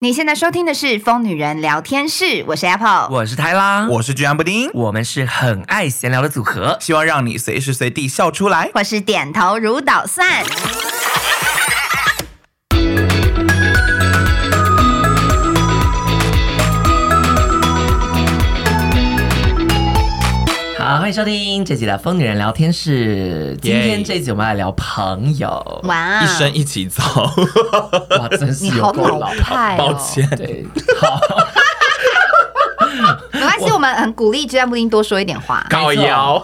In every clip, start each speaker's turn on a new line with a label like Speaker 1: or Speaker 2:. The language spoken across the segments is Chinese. Speaker 1: 你现在收听的是《疯女人聊天室》，我是 Apple。
Speaker 2: 我是泰拉，
Speaker 3: 我是居安布丁，
Speaker 2: 我们是很爱闲聊的组合。
Speaker 3: 希望让你随时随地笑出来。
Speaker 1: 或是点头如捣蒜。
Speaker 2: 好，欢迎收听这集的《疯女人聊天室》。今天这集我们来聊朋 友，
Speaker 1: 哇，哦
Speaker 3: 一生一起走，
Speaker 2: 哇，真是
Speaker 1: 你
Speaker 2: 有
Speaker 1: 好
Speaker 2: 够
Speaker 1: 老
Speaker 2: 老。
Speaker 1: 派、哦，
Speaker 3: 抱。歉。
Speaker 2: 对，好，
Speaker 1: 没关系，我们很鼓励居然布丁多说一点话。
Speaker 2: 哎
Speaker 3: 高瑶，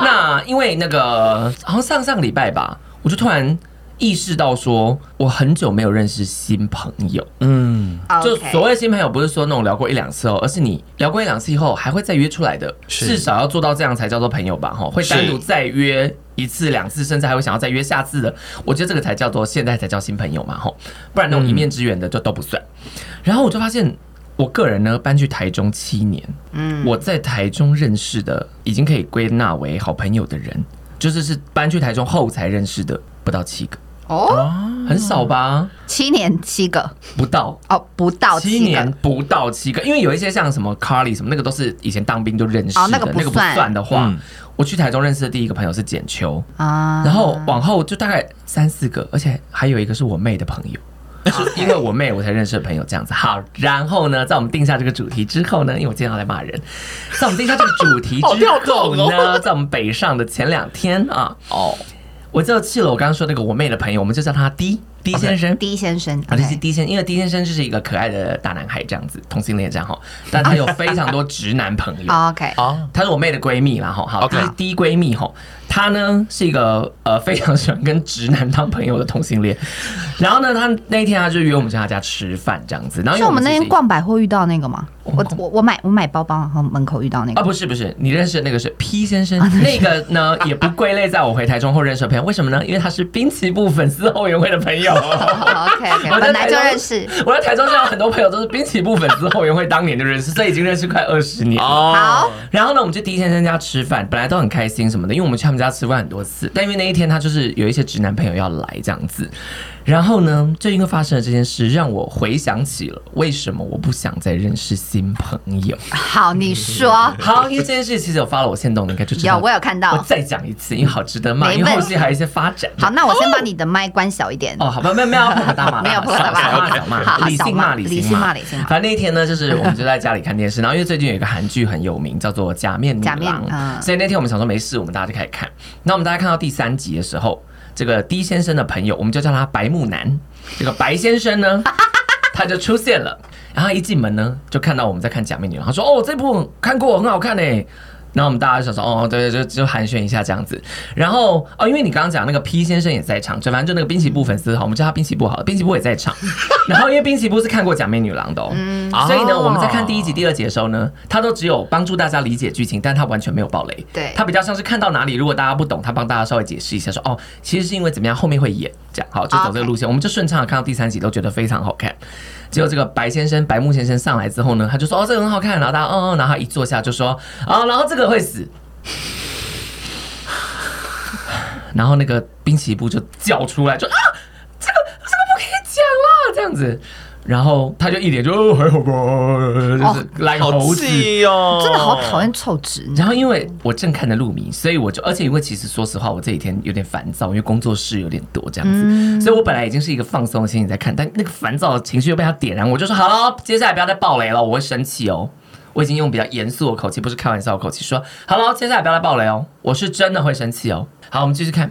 Speaker 2: 那因为那个好像上上个礼拜吧，我就突然意识到说，我很久没有认识新朋友。
Speaker 3: 嗯，
Speaker 2: 就
Speaker 1: OK，
Speaker 2: 所谓新朋友，不是说那种聊过一两次哦，而是你聊过一两次以后还会再约出来的，
Speaker 3: 是
Speaker 2: 至少要做到这样才叫做朋友吧，哈，会单独
Speaker 3: 是
Speaker 2: 再约一次、两次，甚至还会想要再约下次的，我觉得这个才叫做现在才叫新朋友嘛，哈，不然那种一面之缘的就都不算。然后我就发现，我个人呢搬去台中七年，
Speaker 1: 嗯，
Speaker 2: 我在台中认识的已经可以归纳为好朋友的人，就是是搬去台中后才认识的，不到七个，
Speaker 1: 哦，
Speaker 2: 很少吧？
Speaker 1: 七年七个
Speaker 2: 不到，
Speaker 1: 哦，不到
Speaker 2: 七
Speaker 1: 七
Speaker 2: 年
Speaker 1: 个。
Speaker 2: 不到七个，因为有一些像什么 Carly 什么那个都是以前当兵就认识的，
Speaker 1: 哦那个不
Speaker 2: 不
Speaker 1: 算
Speaker 2: 算的话，
Speaker 3: 嗯
Speaker 2: 我去台中认识的第一个朋友是简秋，
Speaker 1: 啊
Speaker 2: 然后往后就大概三四个，而且还有一个是我妹的朋 友。是因为我妹我才认识的朋友这样子。好，然后呢，在我们定下这个主题之后呢，因为我经常来骂人，在我们定下这个 主题
Speaker 3: 好
Speaker 2: 之
Speaker 3: 跳
Speaker 2: 后
Speaker 3: 痛哦
Speaker 2: 呢，在我们北上的前两天啊，
Speaker 3: 哦，
Speaker 2: 我就去了我刚刚说那个我妹的朋友，我们就叫他 D D 先生。
Speaker 1: D 先生
Speaker 2: 啊，
Speaker 1: ，OK，
Speaker 2: 这是 D 先，因为 D 先生就是一个可爱的大男孩这样子，同性恋这样哈，但他有非常多直男朋友。
Speaker 1: OK，
Speaker 3: 哦，
Speaker 2: 她是我妹的闺蜜啦，哈，好，
Speaker 3: OK
Speaker 2: 她是第一闺蜜哈，她呢是一个呃非常喜欢跟直男当朋友的同性恋，然后呢，她那一天她就约我们去她家吃饭这样子，然后因
Speaker 1: 是
Speaker 2: 为
Speaker 1: 我们那
Speaker 2: 其实
Speaker 1: 天逛百货遇到那个吗？
Speaker 2: 我们
Speaker 1: 我我我买我买包包，然后门口遇到那
Speaker 2: 啊，
Speaker 1: 个，
Speaker 2: 不是不是，你认识的那个是 P 先
Speaker 1: 啊
Speaker 2: 生，那个呢也不归类在我回台中后认识的朋友，为什么呢？因为他是滨崎步粉丝后援会 的朋友。
Speaker 1: OK OK，
Speaker 2: 我
Speaker 1: 哦
Speaker 2: 在
Speaker 1: 本来
Speaker 2: 台
Speaker 1: 就
Speaker 2: 中
Speaker 1: 认识。
Speaker 2: 我在台中上有很多朋友都是滨崎步粉丝后援会当年就认识，所以已经认识快二十年。
Speaker 3: 哦，
Speaker 1: 好，
Speaker 2: 然后呢，我们就第一天在家吃饭，本来都很开心什么的，因为我们去他们家吃饭很多次，但因为那一天他就是有一些直男朋友要来这样子，然后呢，就因为发生了这件事，让我回想起了为什么我不想再认识新朋 友。
Speaker 1: 好，你说
Speaker 2: 好，因为这件事其实有发了我现动，你应该就 知
Speaker 1: 有，
Speaker 2: 道。
Speaker 1: 我有看
Speaker 2: 我
Speaker 1: 到。
Speaker 2: 再讲一次，因为好值得骂，
Speaker 1: 没
Speaker 2: 因为后
Speaker 1: 问题
Speaker 2: 续还有一些发展。
Speaker 1: 好，那我先把你的麦关小一点。
Speaker 2: 哦，好吧，没有 没有不可大骂，
Speaker 1: 没有不可大骂
Speaker 2: 小骂小
Speaker 1: 好好
Speaker 2: 骂，理性
Speaker 1: 小骂
Speaker 2: 骂，
Speaker 1: 理
Speaker 2: 理
Speaker 1: 性
Speaker 2: 性
Speaker 1: 骂
Speaker 2: 骂，
Speaker 1: 理性骂
Speaker 2: 反正那一天呢，就是我们就在家里看电视，然后因为最近有一个韩剧很有名，叫做《假面女
Speaker 1: 假面
Speaker 2: 郎
Speaker 1: 嗯》，
Speaker 2: 所以那天我们想说没事，我们大家就开始看。那我们大家看到第三集的时候，这个 D 先生的朋友，我们就叫他白木男，这个白先生呢，他就出现了。然后一进门呢，就看到我们在看《假面女郎》，他说：“哦，这部看过，很好看呢。”欸然后我们大家就想说：“哦，对对，就就寒暄一下这样子。”然后哦，因为你刚刚讲那个 P 先生也在场，就反正就那个滨崎步粉丝，好，我们叫他滨崎步好了，滨崎步也在场。然后因为滨崎步是看过《假面女郎》的哦，所以呢，
Speaker 3: 哦
Speaker 2: 我们在看第一集、第二集的时候呢，他都只有帮助大家理解剧情，但他完全没有爆雷。
Speaker 1: 对
Speaker 2: 他比较像是看到哪里，如果大家不懂，他帮大家稍微解释一下说哦，其实是因为怎么样，后面会演这样，好，就走这个路线，我们就顺畅的看到第三集，都觉得非常好看。结果这个白先生、白木先生上来之后呢，他就说哦，这个很好看，然后大家嗯嗯，然后他一坐下就说哦，然后这个会死。然后那个滨崎步就叫出来，就啊，这个这个不可以讲啦，这样子。然后他就一脸就、哦、还好吧，就是来个猴
Speaker 3: 哦好
Speaker 2: 子。
Speaker 3: 气哦，
Speaker 1: 真的好讨厌臭直男。
Speaker 2: 然后因为我正看的路迷，所以我就，而且因为其实说实话，我这几天有点烦躁，因为工作室有点多这样子，所以我本来已经是一个放松的心情在看，但那个烦躁的情绪又被他点燃，我就说好了，接下来不要再爆雷了，我会生气哦。我已经用比较严肃的口气，不是开玩笑的口气说，好了，接下来不要再爆雷哦，我是真的会生气哦。好，我们继续看，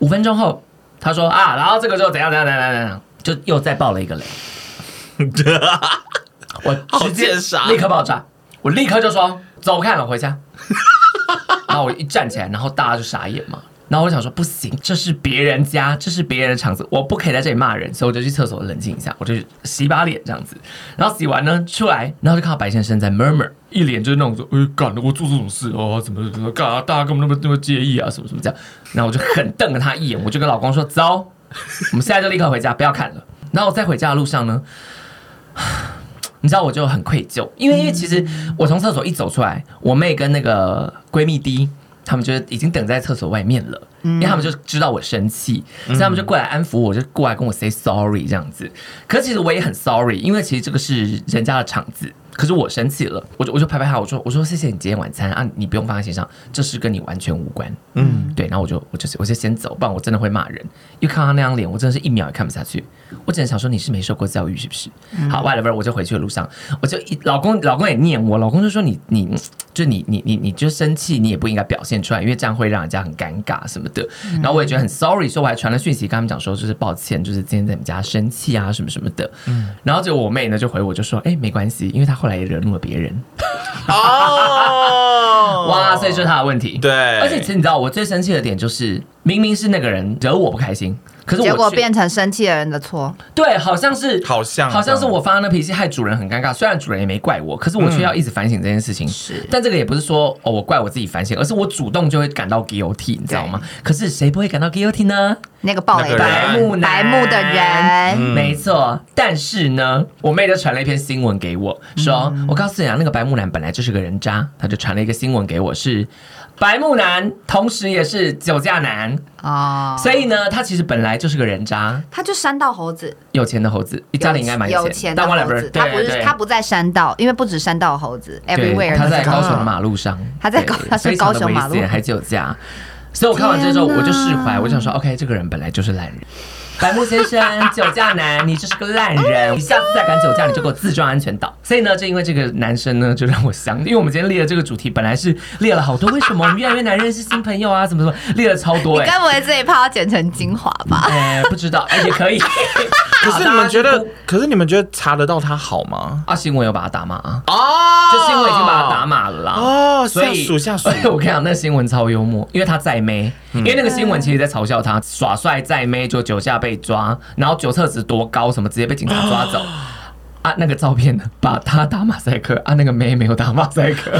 Speaker 2: 五分钟后，他说啊，然后这个就怎样怎样怎样怎样，就又再爆了一个雷，我
Speaker 3: 好
Speaker 2: 直接
Speaker 3: 贱傻
Speaker 2: 立刻爆炸，我立刻就说走开了，我回 家。然后我一站起来，然后大家就傻眼嘛。然后我想说不行，这是别人家，这是别人的场子，我不可以在这里骂人，所以我就去厕所冷静一下，我就洗把脸这样子。然后洗完呢出来，然后就看到白先生在 murmur，一脸就是那种说，哎、干了，我做这种事哦，怎么怎么干啊，大家干嘛那么那么介意啊，什么什么这样。然后我就很瞪了他一眼，我就跟老公说，走，我们现在就立刻回家，不要看了。然后我在回家的路上呢，你知道我就很愧疚，因为因为其实我从厕所一走出来，我妹跟那个闺蜜 D 他们就已经等在厕所外面了，因为他们就知道我生气，所以他们就过来安抚我，就过来跟我 say sorry 这样子。可是其实我也很 sorry，因为其实这个是人家的场子。可是我生气了，我就我就拍拍他，我说我说谢谢你今天晚餐啊，你不用放在心上，这事跟你完全无关。嗯，对，然后我就我就我就先走，不然我真的会骂人。因为看到他那张脸，我真的是一秒也看不下去。我只能想说你是没受过教育是不是？好，whatever，我就回去的路上，我就一老公老公也念我，老公就说你你就你你你你就生气，你也不应该表现出来，因为这样会让人家很尴尬什么的。然后我也觉得很 sorry，所以我还传了讯息跟他们讲说，就是抱歉，就是今天在你们家生气啊什么什么的。然后结果我妹呢就回我就说，哎、没关系，因为她后来也惹怒了别人。
Speaker 3: 哦，
Speaker 2: 哇，所以就是她的问题。
Speaker 3: 对，
Speaker 2: 而且其实你知道，我最生气的点就是，明明是那个人惹我不开心，可是我
Speaker 1: 结果
Speaker 2: 却
Speaker 1: 变成生气的人的错，
Speaker 2: 对，好像是
Speaker 3: 好像
Speaker 2: 好像是我发那脾气害主人很尴尬。虽然主人也没怪我，可是我却要一直反省这件事情。
Speaker 1: 是
Speaker 2: 但这个也不是说哦我怪我自己反省，而是我主动就会感到 guilty，你知道吗？可是谁不会感到 guilty 呢？
Speaker 1: 那个暴雷
Speaker 3: 那个人
Speaker 1: 白
Speaker 2: 白目
Speaker 1: 白目的人，
Speaker 2: 没错。但是呢，我妹就传了一篇新闻给我，说、
Speaker 1: 嗯
Speaker 2: 我告诉你啊，那个白木男本来就是个人渣，他就传了一个新闻给我是。白木男，同时也是酒驾男，
Speaker 1: 哦，
Speaker 2: 所以呢，他其实本来就是个人渣，
Speaker 1: 他就山道猴子，
Speaker 2: 有钱的猴子，家里应该蛮
Speaker 1: 有
Speaker 2: 钱，
Speaker 1: 钱的
Speaker 2: 但
Speaker 1: 猴
Speaker 2: whatever，
Speaker 1: 子，他不
Speaker 2: 对
Speaker 1: 是
Speaker 2: 对
Speaker 1: 他不在山道，因为不止山道猴子
Speaker 2: 对，
Speaker 1: ，everywhere
Speaker 2: 他
Speaker 1: 都
Speaker 2: 在
Speaker 1: 是
Speaker 2: 高雄
Speaker 1: 猴子
Speaker 2: 马路上，
Speaker 1: 他在
Speaker 2: 对
Speaker 1: 高他是
Speaker 2: 非常
Speaker 1: 高
Speaker 2: 的
Speaker 1: 雄马路
Speaker 2: 危险还酒驾，所以我看完这之后
Speaker 1: 天哪
Speaker 2: 我就释怀，我想说 OK，这个人本来就是烂人。白木先生，酒驾男，你就是个烂人！你下次再敢酒驾，你就给我自撞安全岛。所以呢，就因为这个男生呢，就让我想，因为我们今天列的这个主题本来是列了好多，为什么我们越来越难认识新朋友啊？怎么怎么，列了超多
Speaker 1: 你
Speaker 2: 哎、
Speaker 1: 该不会这一趴要剪成精华吧？
Speaker 2: 哎、不知道，哎、也 可以。
Speaker 3: 可
Speaker 2: 好
Speaker 3: 是
Speaker 2: 大
Speaker 3: 你
Speaker 2: 家
Speaker 3: 们觉
Speaker 2: 去
Speaker 3: 得
Speaker 2: 估，
Speaker 3: 可是你们觉得查得到他好吗？
Speaker 2: 啊，新闻有把他打骂啊？
Speaker 3: 哦
Speaker 2: 就新闻已经把他打码了啦。
Speaker 3: 哦
Speaker 2: 所以
Speaker 3: 下属下属嗯
Speaker 2: 所以 我跟你讲，那新闻超幽默，因为他在妹，因为那个新闻其实在嘲笑他耍帅在妹，就酒驾被抓，然后酒测值多高，什么直接被警察抓走。啊，那个照片呢？把他打马赛克，啊，那个妹没有打马赛克。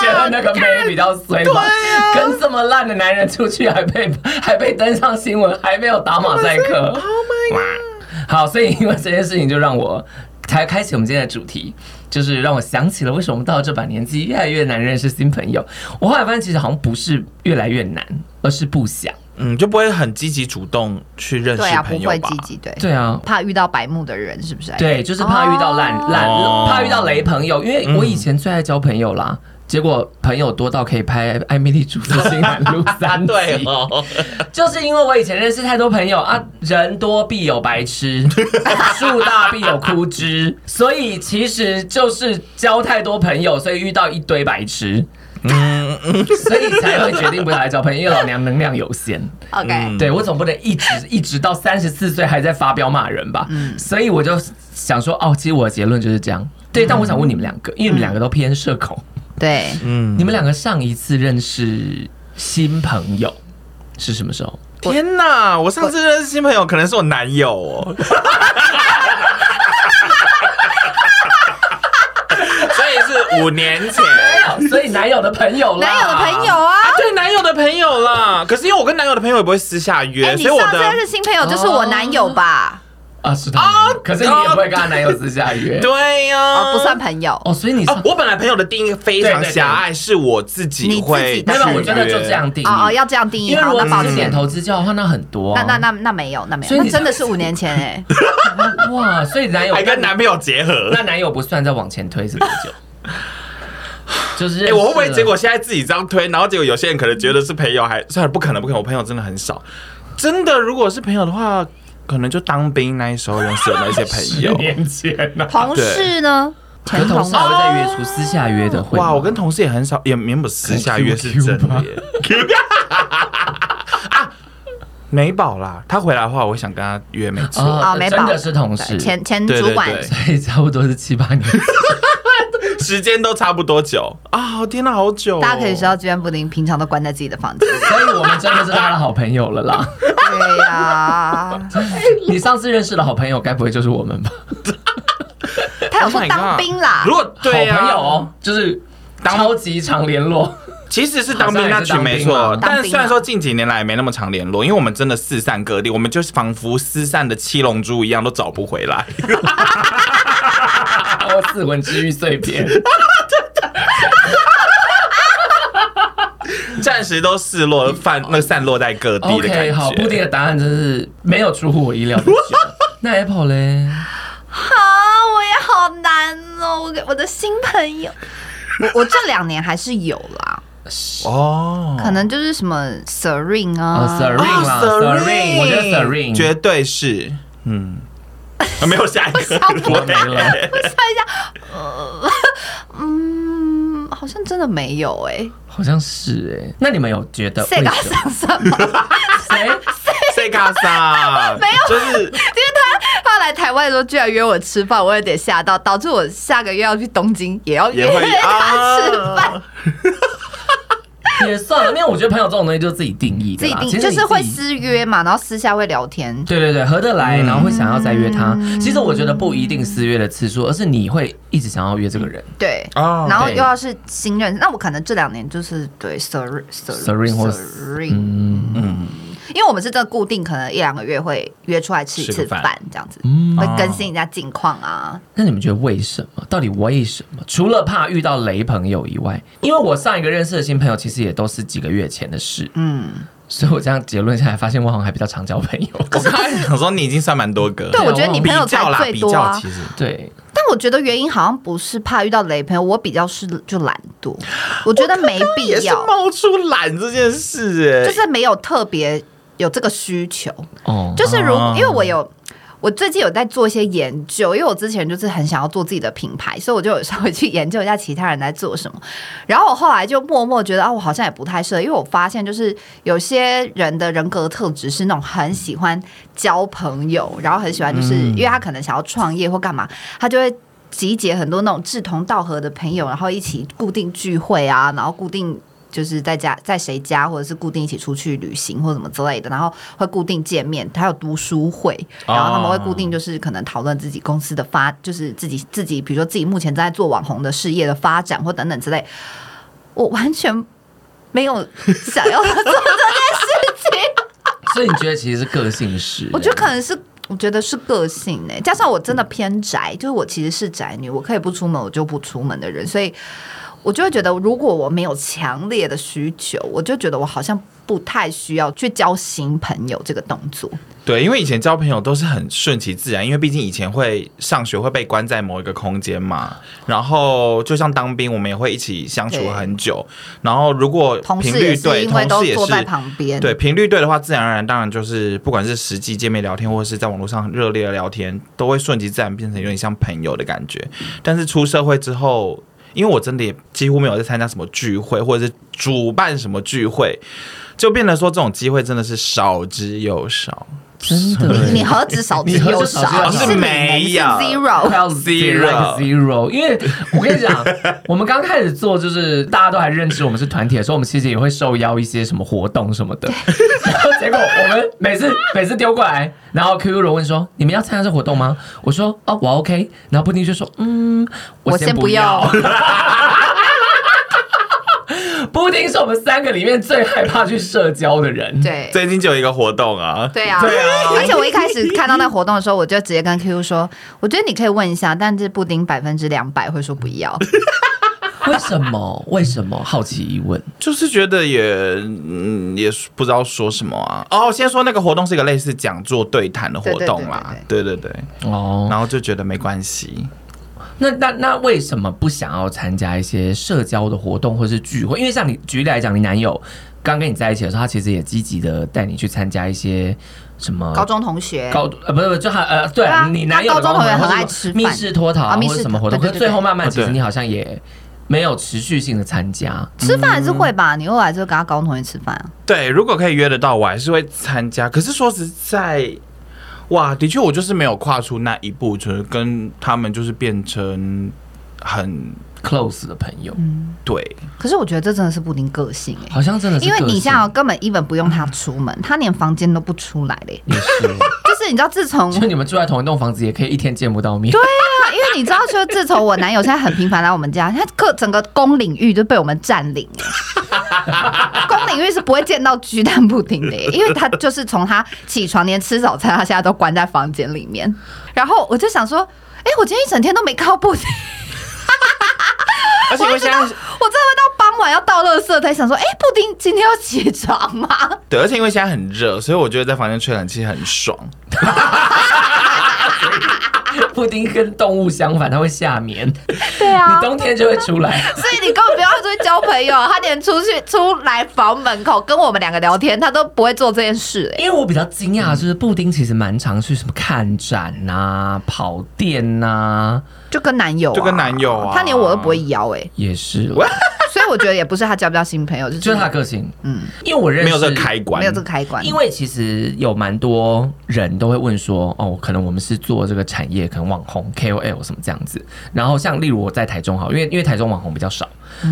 Speaker 2: 觉得那个妹比较衰吧，跟这么烂的男人出去还被还被登上新闻，还没有打马赛克。Oh my god！好，所以因为这件事情就让我才开启我们今天的主题，就是让我想起了为什么到了这把年纪越来越难认识新朋友。我后来发现其实好像不是越来越难，而是不想。
Speaker 3: 嗯，就不会很积极主动去认识
Speaker 1: 对啊，不
Speaker 3: 朋友
Speaker 1: 会
Speaker 3: 吧
Speaker 1: 积？极，对，
Speaker 2: 对啊，
Speaker 1: 怕遇到白目的人，是不是？，
Speaker 2: 对，就是怕遇到烂
Speaker 1: 哦
Speaker 2: 烂、
Speaker 3: 哦
Speaker 2: 怕遇到雷朋友，因为我以前最爱交朋友啦。结果朋友多到可以拍《艾米丽主妇新 南路三》集，
Speaker 3: 对哦，
Speaker 2: 就是因为我以前认识太多朋友啊，人多必有白 痴，树大必有枯枝，所以其实就是交太多朋友，所以遇到一堆白痴，
Speaker 3: 嗯
Speaker 2: 所以才会决定不要来交朋友，因为老娘能量有限。
Speaker 1: ，OK，
Speaker 3: 嗯
Speaker 2: 对我总不能一直一直到三十四岁还在发飙骂人吧？
Speaker 3: 嗯
Speaker 2: 所以我就想说，哦，其实我的结论就是这样。对，但我想问你们两个，因为你们两个都偏社恐，
Speaker 1: 对，
Speaker 3: 嗯，
Speaker 2: 你们两个上一次认识新朋友是什么时候？
Speaker 3: 天哪！我上次认识新朋友，可能是我男友 哦。所以是五年前，
Speaker 2: 所以 男友的朋友啦，
Speaker 1: 男友的朋友啊。
Speaker 3: 对男友的朋友啦。可是因为我跟男友的朋友也不会私下约，
Speaker 1: 哎，你
Speaker 3: 所以我
Speaker 1: 上次
Speaker 3: 的
Speaker 1: 认识新朋友就是我男友吧？
Speaker 2: 啊是他的，可是你也不会跟他男友私下约
Speaker 3: 对呀、
Speaker 1: 哦，不算朋友，
Speaker 2: 哦，所以你是
Speaker 3: 哦。我本来朋友的定义非常狭隘，是我自己
Speaker 1: 你自
Speaker 3: 会
Speaker 1: 己
Speaker 3: 去约。
Speaker 1: 的
Speaker 2: 没有，我觉得就这样定义
Speaker 1: 哦哦，要这样定义。
Speaker 2: 因为如
Speaker 1: 好，
Speaker 2: 果
Speaker 1: 那抱
Speaker 2: 只是点
Speaker 1: 歉，
Speaker 2: 头之交的话，那很多啊
Speaker 1: 那那那那没有，那没
Speaker 2: 所
Speaker 1: 有，那
Speaker 2: 以你
Speaker 1: 真的是五年前哎。
Speaker 2: 那哇，所以男友
Speaker 3: 还跟男朋友结合。
Speaker 2: 那男友不算，再往前推是多 久？就是
Speaker 3: 哎、我会不会
Speaker 2: 认识了
Speaker 3: 结果现在自己这样推，然后结果有些人可能觉得是朋友还，算了，不可能，不可能，我朋友真的很少。真的，如果是朋友的话，可能就当兵那时候认识的那 些朋
Speaker 2: 十
Speaker 3: 友。
Speaker 2: 年前呢、
Speaker 1: 同事呢？前
Speaker 2: 跟同
Speaker 1: 同
Speaker 2: 事
Speaker 1: 事
Speaker 2: 还会再约出私下约的会吗
Speaker 3: 哇，我跟同事也很少，也没有私下约是真的 耶。 啊美宝啦，他回来的话，我想跟他约，没错。
Speaker 1: 哦没
Speaker 2: 真
Speaker 1: 保
Speaker 2: 的是同事，
Speaker 1: 前前
Speaker 3: 对对
Speaker 1: 主管
Speaker 3: 对
Speaker 2: 所以差不多是七八年。
Speaker 3: 时间都差不多久啊！天哪，好久、哦！
Speaker 1: 大家可以知道，居然布丁平常都关在自己的房间。
Speaker 2: 所以我们真的是他的好朋友了啦。
Speaker 1: 对呀，
Speaker 2: 你上次认识的好朋友，该不会就是我们吧？
Speaker 1: 他有
Speaker 3: Oh
Speaker 1: 说
Speaker 3: my
Speaker 1: 当
Speaker 3: God
Speaker 1: 兵啦
Speaker 3: 如，果对啊，
Speaker 2: 好朋友哦，就是超级常联络。
Speaker 3: 其实是当兵那群
Speaker 2: 好像
Speaker 3: 没错
Speaker 2: 也是当兵嘛，
Speaker 3: 但虽然说近几年来没那么常联络，因为我们真的四散各地，我们就是仿佛失散的七龙珠一样，都找不回来。
Speaker 2: 我四魂之玉碎片。
Speaker 3: 暂时都失落散那散落在各地的感
Speaker 2: OK，
Speaker 3: 觉。
Speaker 2: 好，布丁的答案真是没有出乎我意料 之外。那 Apple 嘞？
Speaker 1: 啊，我也好难哦，我我的新朋友，我我这两年还是有啦，
Speaker 3: 哦，
Speaker 1: 可能就是什么 Serene 啊
Speaker 2: 哦，Serene 啦
Speaker 3: 哦
Speaker 2: ，Serene，我觉得 Serene
Speaker 3: 绝对是，嗯，啊没有下一个，
Speaker 2: 我没了。
Speaker 1: 呃嗯，好像真的没有哎、
Speaker 2: 好像是哎、那你们有觉得为
Speaker 1: 谁
Speaker 2: 什
Speaker 1: 跟
Speaker 2: 么
Speaker 1: 他上什么？
Speaker 2: 谁？
Speaker 3: 塞卡萨没有，就是
Speaker 1: 他来台湾的时候居然约我吃饭，我有点吓到，导致我下个月要去东京也要
Speaker 3: 也
Speaker 1: 约
Speaker 3: 会
Speaker 1: 他吃饭。
Speaker 3: 啊，
Speaker 2: 也算了，因为我觉得朋友这种东西就自己定义
Speaker 1: 自
Speaker 2: 的
Speaker 1: 己
Speaker 2: 啦，
Speaker 1: 定
Speaker 2: 其实
Speaker 1: 就
Speaker 2: 你
Speaker 1: 是会
Speaker 2: 自己
Speaker 1: 私约嘛，然后私下会聊天。
Speaker 2: 对对对，合得来，然后会想要再约他。其实我觉得不一定私约的次数，而是你会一直想要约这个人。
Speaker 1: 对，
Speaker 3: 哦
Speaker 1: 然后又
Speaker 2: 对
Speaker 1: 要是新认识，那我可能这两年就是对 Serene
Speaker 2: Serene 或
Speaker 1: Serene，
Speaker 2: 嗯，
Speaker 3: 嗯，
Speaker 1: 因为我们是真的固定，可能一两个月会约出来吃一
Speaker 3: 吃
Speaker 1: 次
Speaker 3: 个饭
Speaker 1: 饭这样子，
Speaker 2: 嗯
Speaker 1: 会更新人家近况啊。
Speaker 2: 那你们觉得为什么？到底为什么？除了怕遇到雷朋友以外，因为我上一个认识的新朋友其实也都是几个月前的事，
Speaker 1: 嗯，
Speaker 2: 所以我这样结论下来，发现我好像还比较常交朋友。
Speaker 3: 我刚才想说你已经算蛮多个，
Speaker 1: 对，我觉得你
Speaker 3: 比
Speaker 1: 朋友
Speaker 3: 较
Speaker 1: 才
Speaker 3: 啦，
Speaker 1: 最
Speaker 3: 比
Speaker 1: 多
Speaker 3: 较
Speaker 1: 啊
Speaker 3: 其。实
Speaker 2: 对，
Speaker 1: 但我觉得原因好像不是怕遇到雷朋友，我比较是就懒惰，我觉得没必
Speaker 3: 也是
Speaker 1: 要，
Speaker 3: 冒出懒这件事，
Speaker 1: 就
Speaker 3: 哎，
Speaker 1: 是没有特别有这个需求。
Speaker 2: 哦，
Speaker 1: 就是如
Speaker 3: 哦
Speaker 1: 因为我有。我最近有在做一些研究，因为我之前就是很想要做自己的品牌，所以我就有稍微去研究一下其他人在做什么。然后我后来就默默觉得啊，我好像也不太适合，因为我发现就是有些人的人格特质是那种很喜欢交朋友，然后很喜欢就是、因为他可能想要创业或干嘛，他就会集结很多那种志同道合的朋友，然后一起固定聚会啊，然后固定。就是在家，在谁家，或者是固定一起出去旅行或者什么之类的，然后会固定见面，还有读书会，然后他们会固定就是可能讨论自己公司的发，就是自己自己，比如说自己目前正在做网红的事业的发展或等等之类，我完全没有想要做这件事情。
Speaker 2: 所以你觉得其实是个性欸使然？
Speaker 1: 我觉得可能是，我觉得是个性哎、加上我真的偏宅，就是我其实是宅女，我可以不出门，我就不出门的人，所以我就会觉得，如果我没有强烈的需求，我就觉得我好像不太需要去交新朋友这个动作。
Speaker 3: 对，因为以前交朋友都是很顺其自然，因为毕竟以前会上学会被关在某一个空间嘛，然后就像当兵，我们也会一起相处
Speaker 1: 对
Speaker 3: 很久，然后如果
Speaker 1: 同
Speaker 3: 频
Speaker 1: 事也
Speaker 3: 率
Speaker 1: 是
Speaker 3: 对，
Speaker 1: 因为
Speaker 3: 同
Speaker 1: 都
Speaker 3: 事也
Speaker 1: 坐在
Speaker 3: 是。
Speaker 1: 旁边，
Speaker 3: 对频率对的话，自然而然，当然就是不管是实际见面聊天，或者是在网络上热烈的聊天，都会顺其自然变成有点像朋友的感觉。但是出社会之后，因为我真的也几乎没有在参加什么聚会，或者是主办什么聚会，就变得说这种机会真的是少之又少。
Speaker 2: 真的耶，
Speaker 1: 你何止少之
Speaker 2: 你何止
Speaker 1: 又
Speaker 2: 少之又
Speaker 1: 少，你
Speaker 2: 少
Speaker 1: 是
Speaker 3: 没
Speaker 1: 零，你是
Speaker 3: 有
Speaker 1: zero，
Speaker 2: 快要 zero
Speaker 3: Zero
Speaker 2: zero，因为我跟你讲，我们刚开始做就是大家都还认识我们是团体的时候，我们其实也会受邀一些什么活动什么的。然后结果我们每次每次丢过来，然后 QQ 罗问说：“你们要参加这活动吗？”我说：“哦，我 OK。”然后布丁就说：“嗯，
Speaker 1: 我
Speaker 2: 先
Speaker 1: 先不
Speaker 2: 要。
Speaker 1: 要。”
Speaker 2: 布丁是我们三个里面最害怕去社交的人。，
Speaker 1: 对，
Speaker 3: 最近就有一个活动啊，
Speaker 1: 对啊，
Speaker 2: 对啊
Speaker 1: 而且我一开始看到那活动的时候，我就直接跟 Q 说，我觉得你可以问一下，但是布丁百分之两百会说不要。
Speaker 2: 为什么？为什么？好奇疑问。
Speaker 3: 就是觉得也嗯也不知道说什么啊。哦，先说那个活动是一个类似讲座对谈的活动啦，对对对，
Speaker 2: 哦，
Speaker 3: 然后就觉得没关系。
Speaker 2: 那那那为什么不想要参加一些社交的活动或是聚会？因为像你举例来讲，你男友刚跟你在一起的时候，他其实也积极的带你去参加一些什么
Speaker 1: 高中同学，
Speaker 2: 高呃不是不是就他呃
Speaker 1: 对
Speaker 2: 对
Speaker 1: 啊
Speaker 2: 你男友的
Speaker 1: 他高中同学
Speaker 2: 活动
Speaker 1: 很爱吃饭
Speaker 2: 密室脱逃啊
Speaker 1: 啊密
Speaker 2: 或
Speaker 1: 室
Speaker 2: 者什么活动，
Speaker 1: 对
Speaker 2: 可
Speaker 1: 对
Speaker 2: 是最后慢慢
Speaker 3: 对
Speaker 2: 其
Speaker 3: 对
Speaker 2: 实你好像也没有持续性的参加。
Speaker 1: 吃饭还是会吧，你后来就跟他高中同学吃饭啊。
Speaker 3: 对，如果可以约得到，我还是会参加。可是说实在，哇，的确我就是没有跨出那一步，就是跟他们就是变成很
Speaker 2: close 的朋友，
Speaker 3: 对，
Speaker 1: 可是我觉得这真的是布丁个性哎、
Speaker 2: 好像真的是
Speaker 1: 因为你
Speaker 2: 这
Speaker 1: 像
Speaker 2: 样
Speaker 1: 根本 even 不用他出门，他连房间都不出来嘞、
Speaker 2: 也是，
Speaker 1: 就是你知道，自从
Speaker 2: 就你们住在同一栋房子，也可以一天见 不到面。对，
Speaker 1: 啊，因为你知道，说自从我男友现在很频繁来我们家，他各整个公领域就被我们占领了。公领域是不会见到鸡蛋布丁的耶，因为他就是从他起床连吃早餐，他现在都关在房间里面。然后我就想说，哎、我今天一整天都没靠布丁，
Speaker 3: 而且因为现在
Speaker 1: 我真的会到傍当晚要倒垃圾才想说，哎、布丁今天要起床吗？
Speaker 3: 对，而且因为现在很热，所以我觉得在房间吹冷气很爽。
Speaker 2: 布丁跟动物相反，它会下眠，你
Speaker 1: 对啊，
Speaker 2: 冬天就会出来。
Speaker 1: 所以你根本不要出去交朋友，他连出去出来房门口跟我们两个聊天，他都不会做这件事、哎，
Speaker 2: 因为我比较惊讶，就是布丁其实蛮常去什么看展呐、跑店呐、
Speaker 1: 就跟男友、啊，
Speaker 3: 就跟男友啊
Speaker 1: 他连我都不会邀、哎，
Speaker 2: 也是啦，
Speaker 1: 所以我觉得也不是他交不交新朋友，就是
Speaker 2: 就是他个性。
Speaker 1: 嗯
Speaker 2: 嗯，因为我认识
Speaker 3: 没有这个开关，
Speaker 1: 没有这个开关，
Speaker 2: 因为其实有蛮多人都会问说，哦，可能我们是做这个产业，可能网红 KOL 什么这样子。然后像例如我在台中好，因为因为台中网红比较少，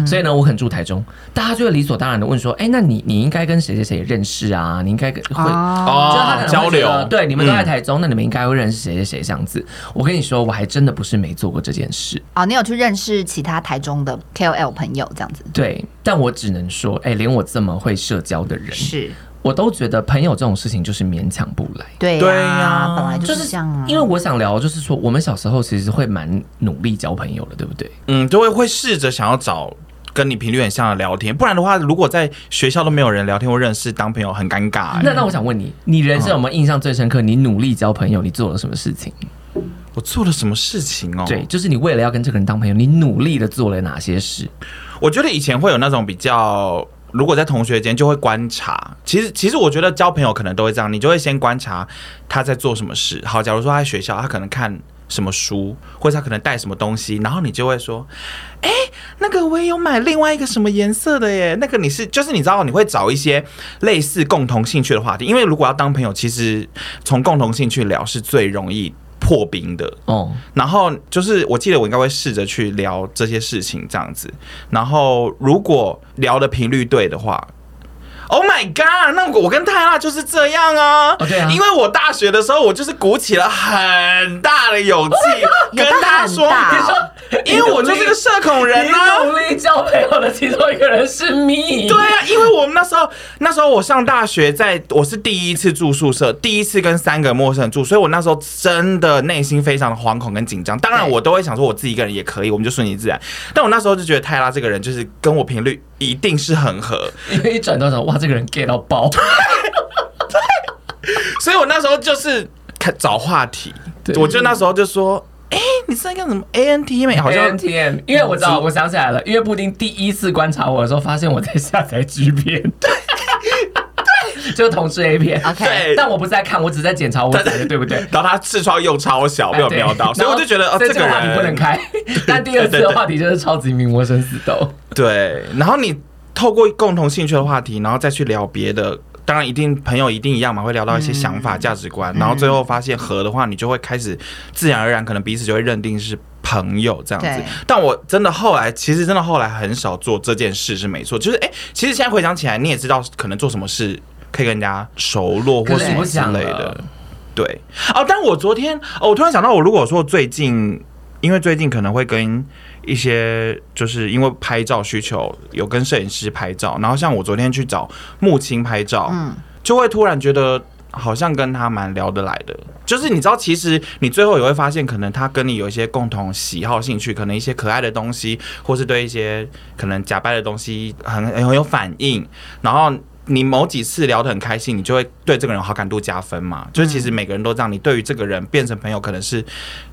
Speaker 2: 所以呢我可能住台中，大家就会理所当然的问说，哎，那你你应该跟谁谁谁认识啊？你应该跟会。
Speaker 1: 哦，
Speaker 2: 就是他可能
Speaker 3: 哦
Speaker 2: 会，
Speaker 3: 交
Speaker 2: 觉得
Speaker 3: 流，
Speaker 2: 对，你们都在
Speaker 3: 嗯
Speaker 2: 台中，那你们应该会认识谁谁谁这样子。我跟你说，我还真的不是没做过这件事，
Speaker 1: 哦，你有去认识其他台中的 KOL 朋友这样子？
Speaker 2: 对，但我只能说，哎、连我这么会社交的人，
Speaker 1: 是
Speaker 2: 我都觉得朋友这种事情就是勉强不来。
Speaker 1: 对
Speaker 3: 对
Speaker 1: 呀
Speaker 3: 呀，
Speaker 1: 本来就
Speaker 2: 就是是
Speaker 1: 这样啊，
Speaker 2: 因为我想聊，就是说我们小时候其实会蛮努力交朋友的，对不对？
Speaker 3: 嗯，就会会试着想要找跟你频率很像的聊天，不然的话，如果在学校都没有人聊天或认识，当朋友很尴尬、
Speaker 1: 哎
Speaker 3: 欸。
Speaker 2: 那那我想问你，你人生有没有印象最深刻？你努力交朋友，你做了什么事情？
Speaker 3: 我做了什么事情哦？
Speaker 2: 对，，就是你为了要跟这个人当朋友，你努力的做了哪些事？
Speaker 3: 我觉得以前会有那种比较。如果在同学间就会观察，其实其实我觉得交朋友可能都会这样，你就会先观察他在做什么事。好，假如说他在学校，他可能看什么书，或者他可能带什么东西，然后你就会说，哎、那个我也有买另外一个什么颜色的耶，那个你是就是你知道你会找一些类似共同兴趣的话题，因为如果要当朋友，其实从共同兴趣聊是最容易破冰的。
Speaker 2: 哦，
Speaker 3: 然后就是，我记得我应该会试着去聊这些事情，这样子。然后如果聊的频率对的话，Oh my god，那我跟泰拉就是这样啊。
Speaker 2: 哦对啊
Speaker 3: 因为我大学的时候，我就是鼓起了很大的勇气
Speaker 1: my god，
Speaker 3: 跟他说
Speaker 1: 有到很大，
Speaker 3: 因为我就是个社恐人啊。
Speaker 2: 你努力交朋友的其中一个人是你。
Speaker 3: 对啊，因为我们那时候，那时候我上大学在，我是第一次住宿舍，第一次跟三个陌生人住，所以我那时候真的内心非常的惶恐跟紧张。当然，
Speaker 1: 对
Speaker 3: 我都会想说我自己一个人也可以，我们就顺其自然。但我那时候就觉得泰拉这个人就是跟我频率一定是很合，
Speaker 2: 因为一转头想，哇，这个人 get 到爆。
Speaker 3: 所以我那时候就是看找话题
Speaker 2: 对，
Speaker 3: 我就那时候就说。哎、你是在干什么？ANT 没？好像嗯
Speaker 2: ANTM，因为 我知道，我想起来了，因为布丁第一次观察我的时候，发现我在下载 G 片， 对，就同志 A 片。
Speaker 1: OK，
Speaker 3: 对
Speaker 2: 但我不是在看，我只是在检查我 载的，对不对？
Speaker 3: 然后他痔疮又超小，被我
Speaker 2: 对
Speaker 3: 瞄到，所以我就觉得
Speaker 2: 然
Speaker 3: 哦，
Speaker 2: 后所以
Speaker 3: 这
Speaker 2: 这
Speaker 3: 个
Speaker 2: 话题
Speaker 3: 人
Speaker 2: 不能 开。但第二次的话题就是超级名模生死斗，
Speaker 3: 对，然后你透过共同兴趣的话题，然后再去聊别的。当然，一定朋友一定一样嘛，会聊到一些想法、价值观，然后最后发现合的话，你就会开始自然而然，可能彼此就会认定是朋友这样
Speaker 1: 对
Speaker 3: 子。但我真的后来，其实真的后来很少做这件事是没错，就是哎、其实现在回想起来，你也知道，可能做什么事可以跟人家熟络
Speaker 2: 可
Speaker 3: 或
Speaker 2: 是
Speaker 3: 什
Speaker 2: 我
Speaker 3: 么之
Speaker 2: 想
Speaker 3: 类
Speaker 2: 了
Speaker 3: 的。对，哦，但我昨天，哦，我突然想到，我如果说最近，因为最近可能会跟一些，就是因为拍照需求，有跟摄影师拍照，然后像我昨天去找木青拍照，
Speaker 1: 嗯，
Speaker 3: 就会突然觉得好像跟他蛮聊得来的。就是你知道，其实你最后也会发现，可能他跟你有一些共同喜好、兴趣，可能一些可爱的东西，或是对一些可能假掰的东西很 很有反应，然后。你某几次聊得很开心，你就会对这个人有好感度加分嘛？就是其实每个人都这样，你对于这个人变成朋友，可能是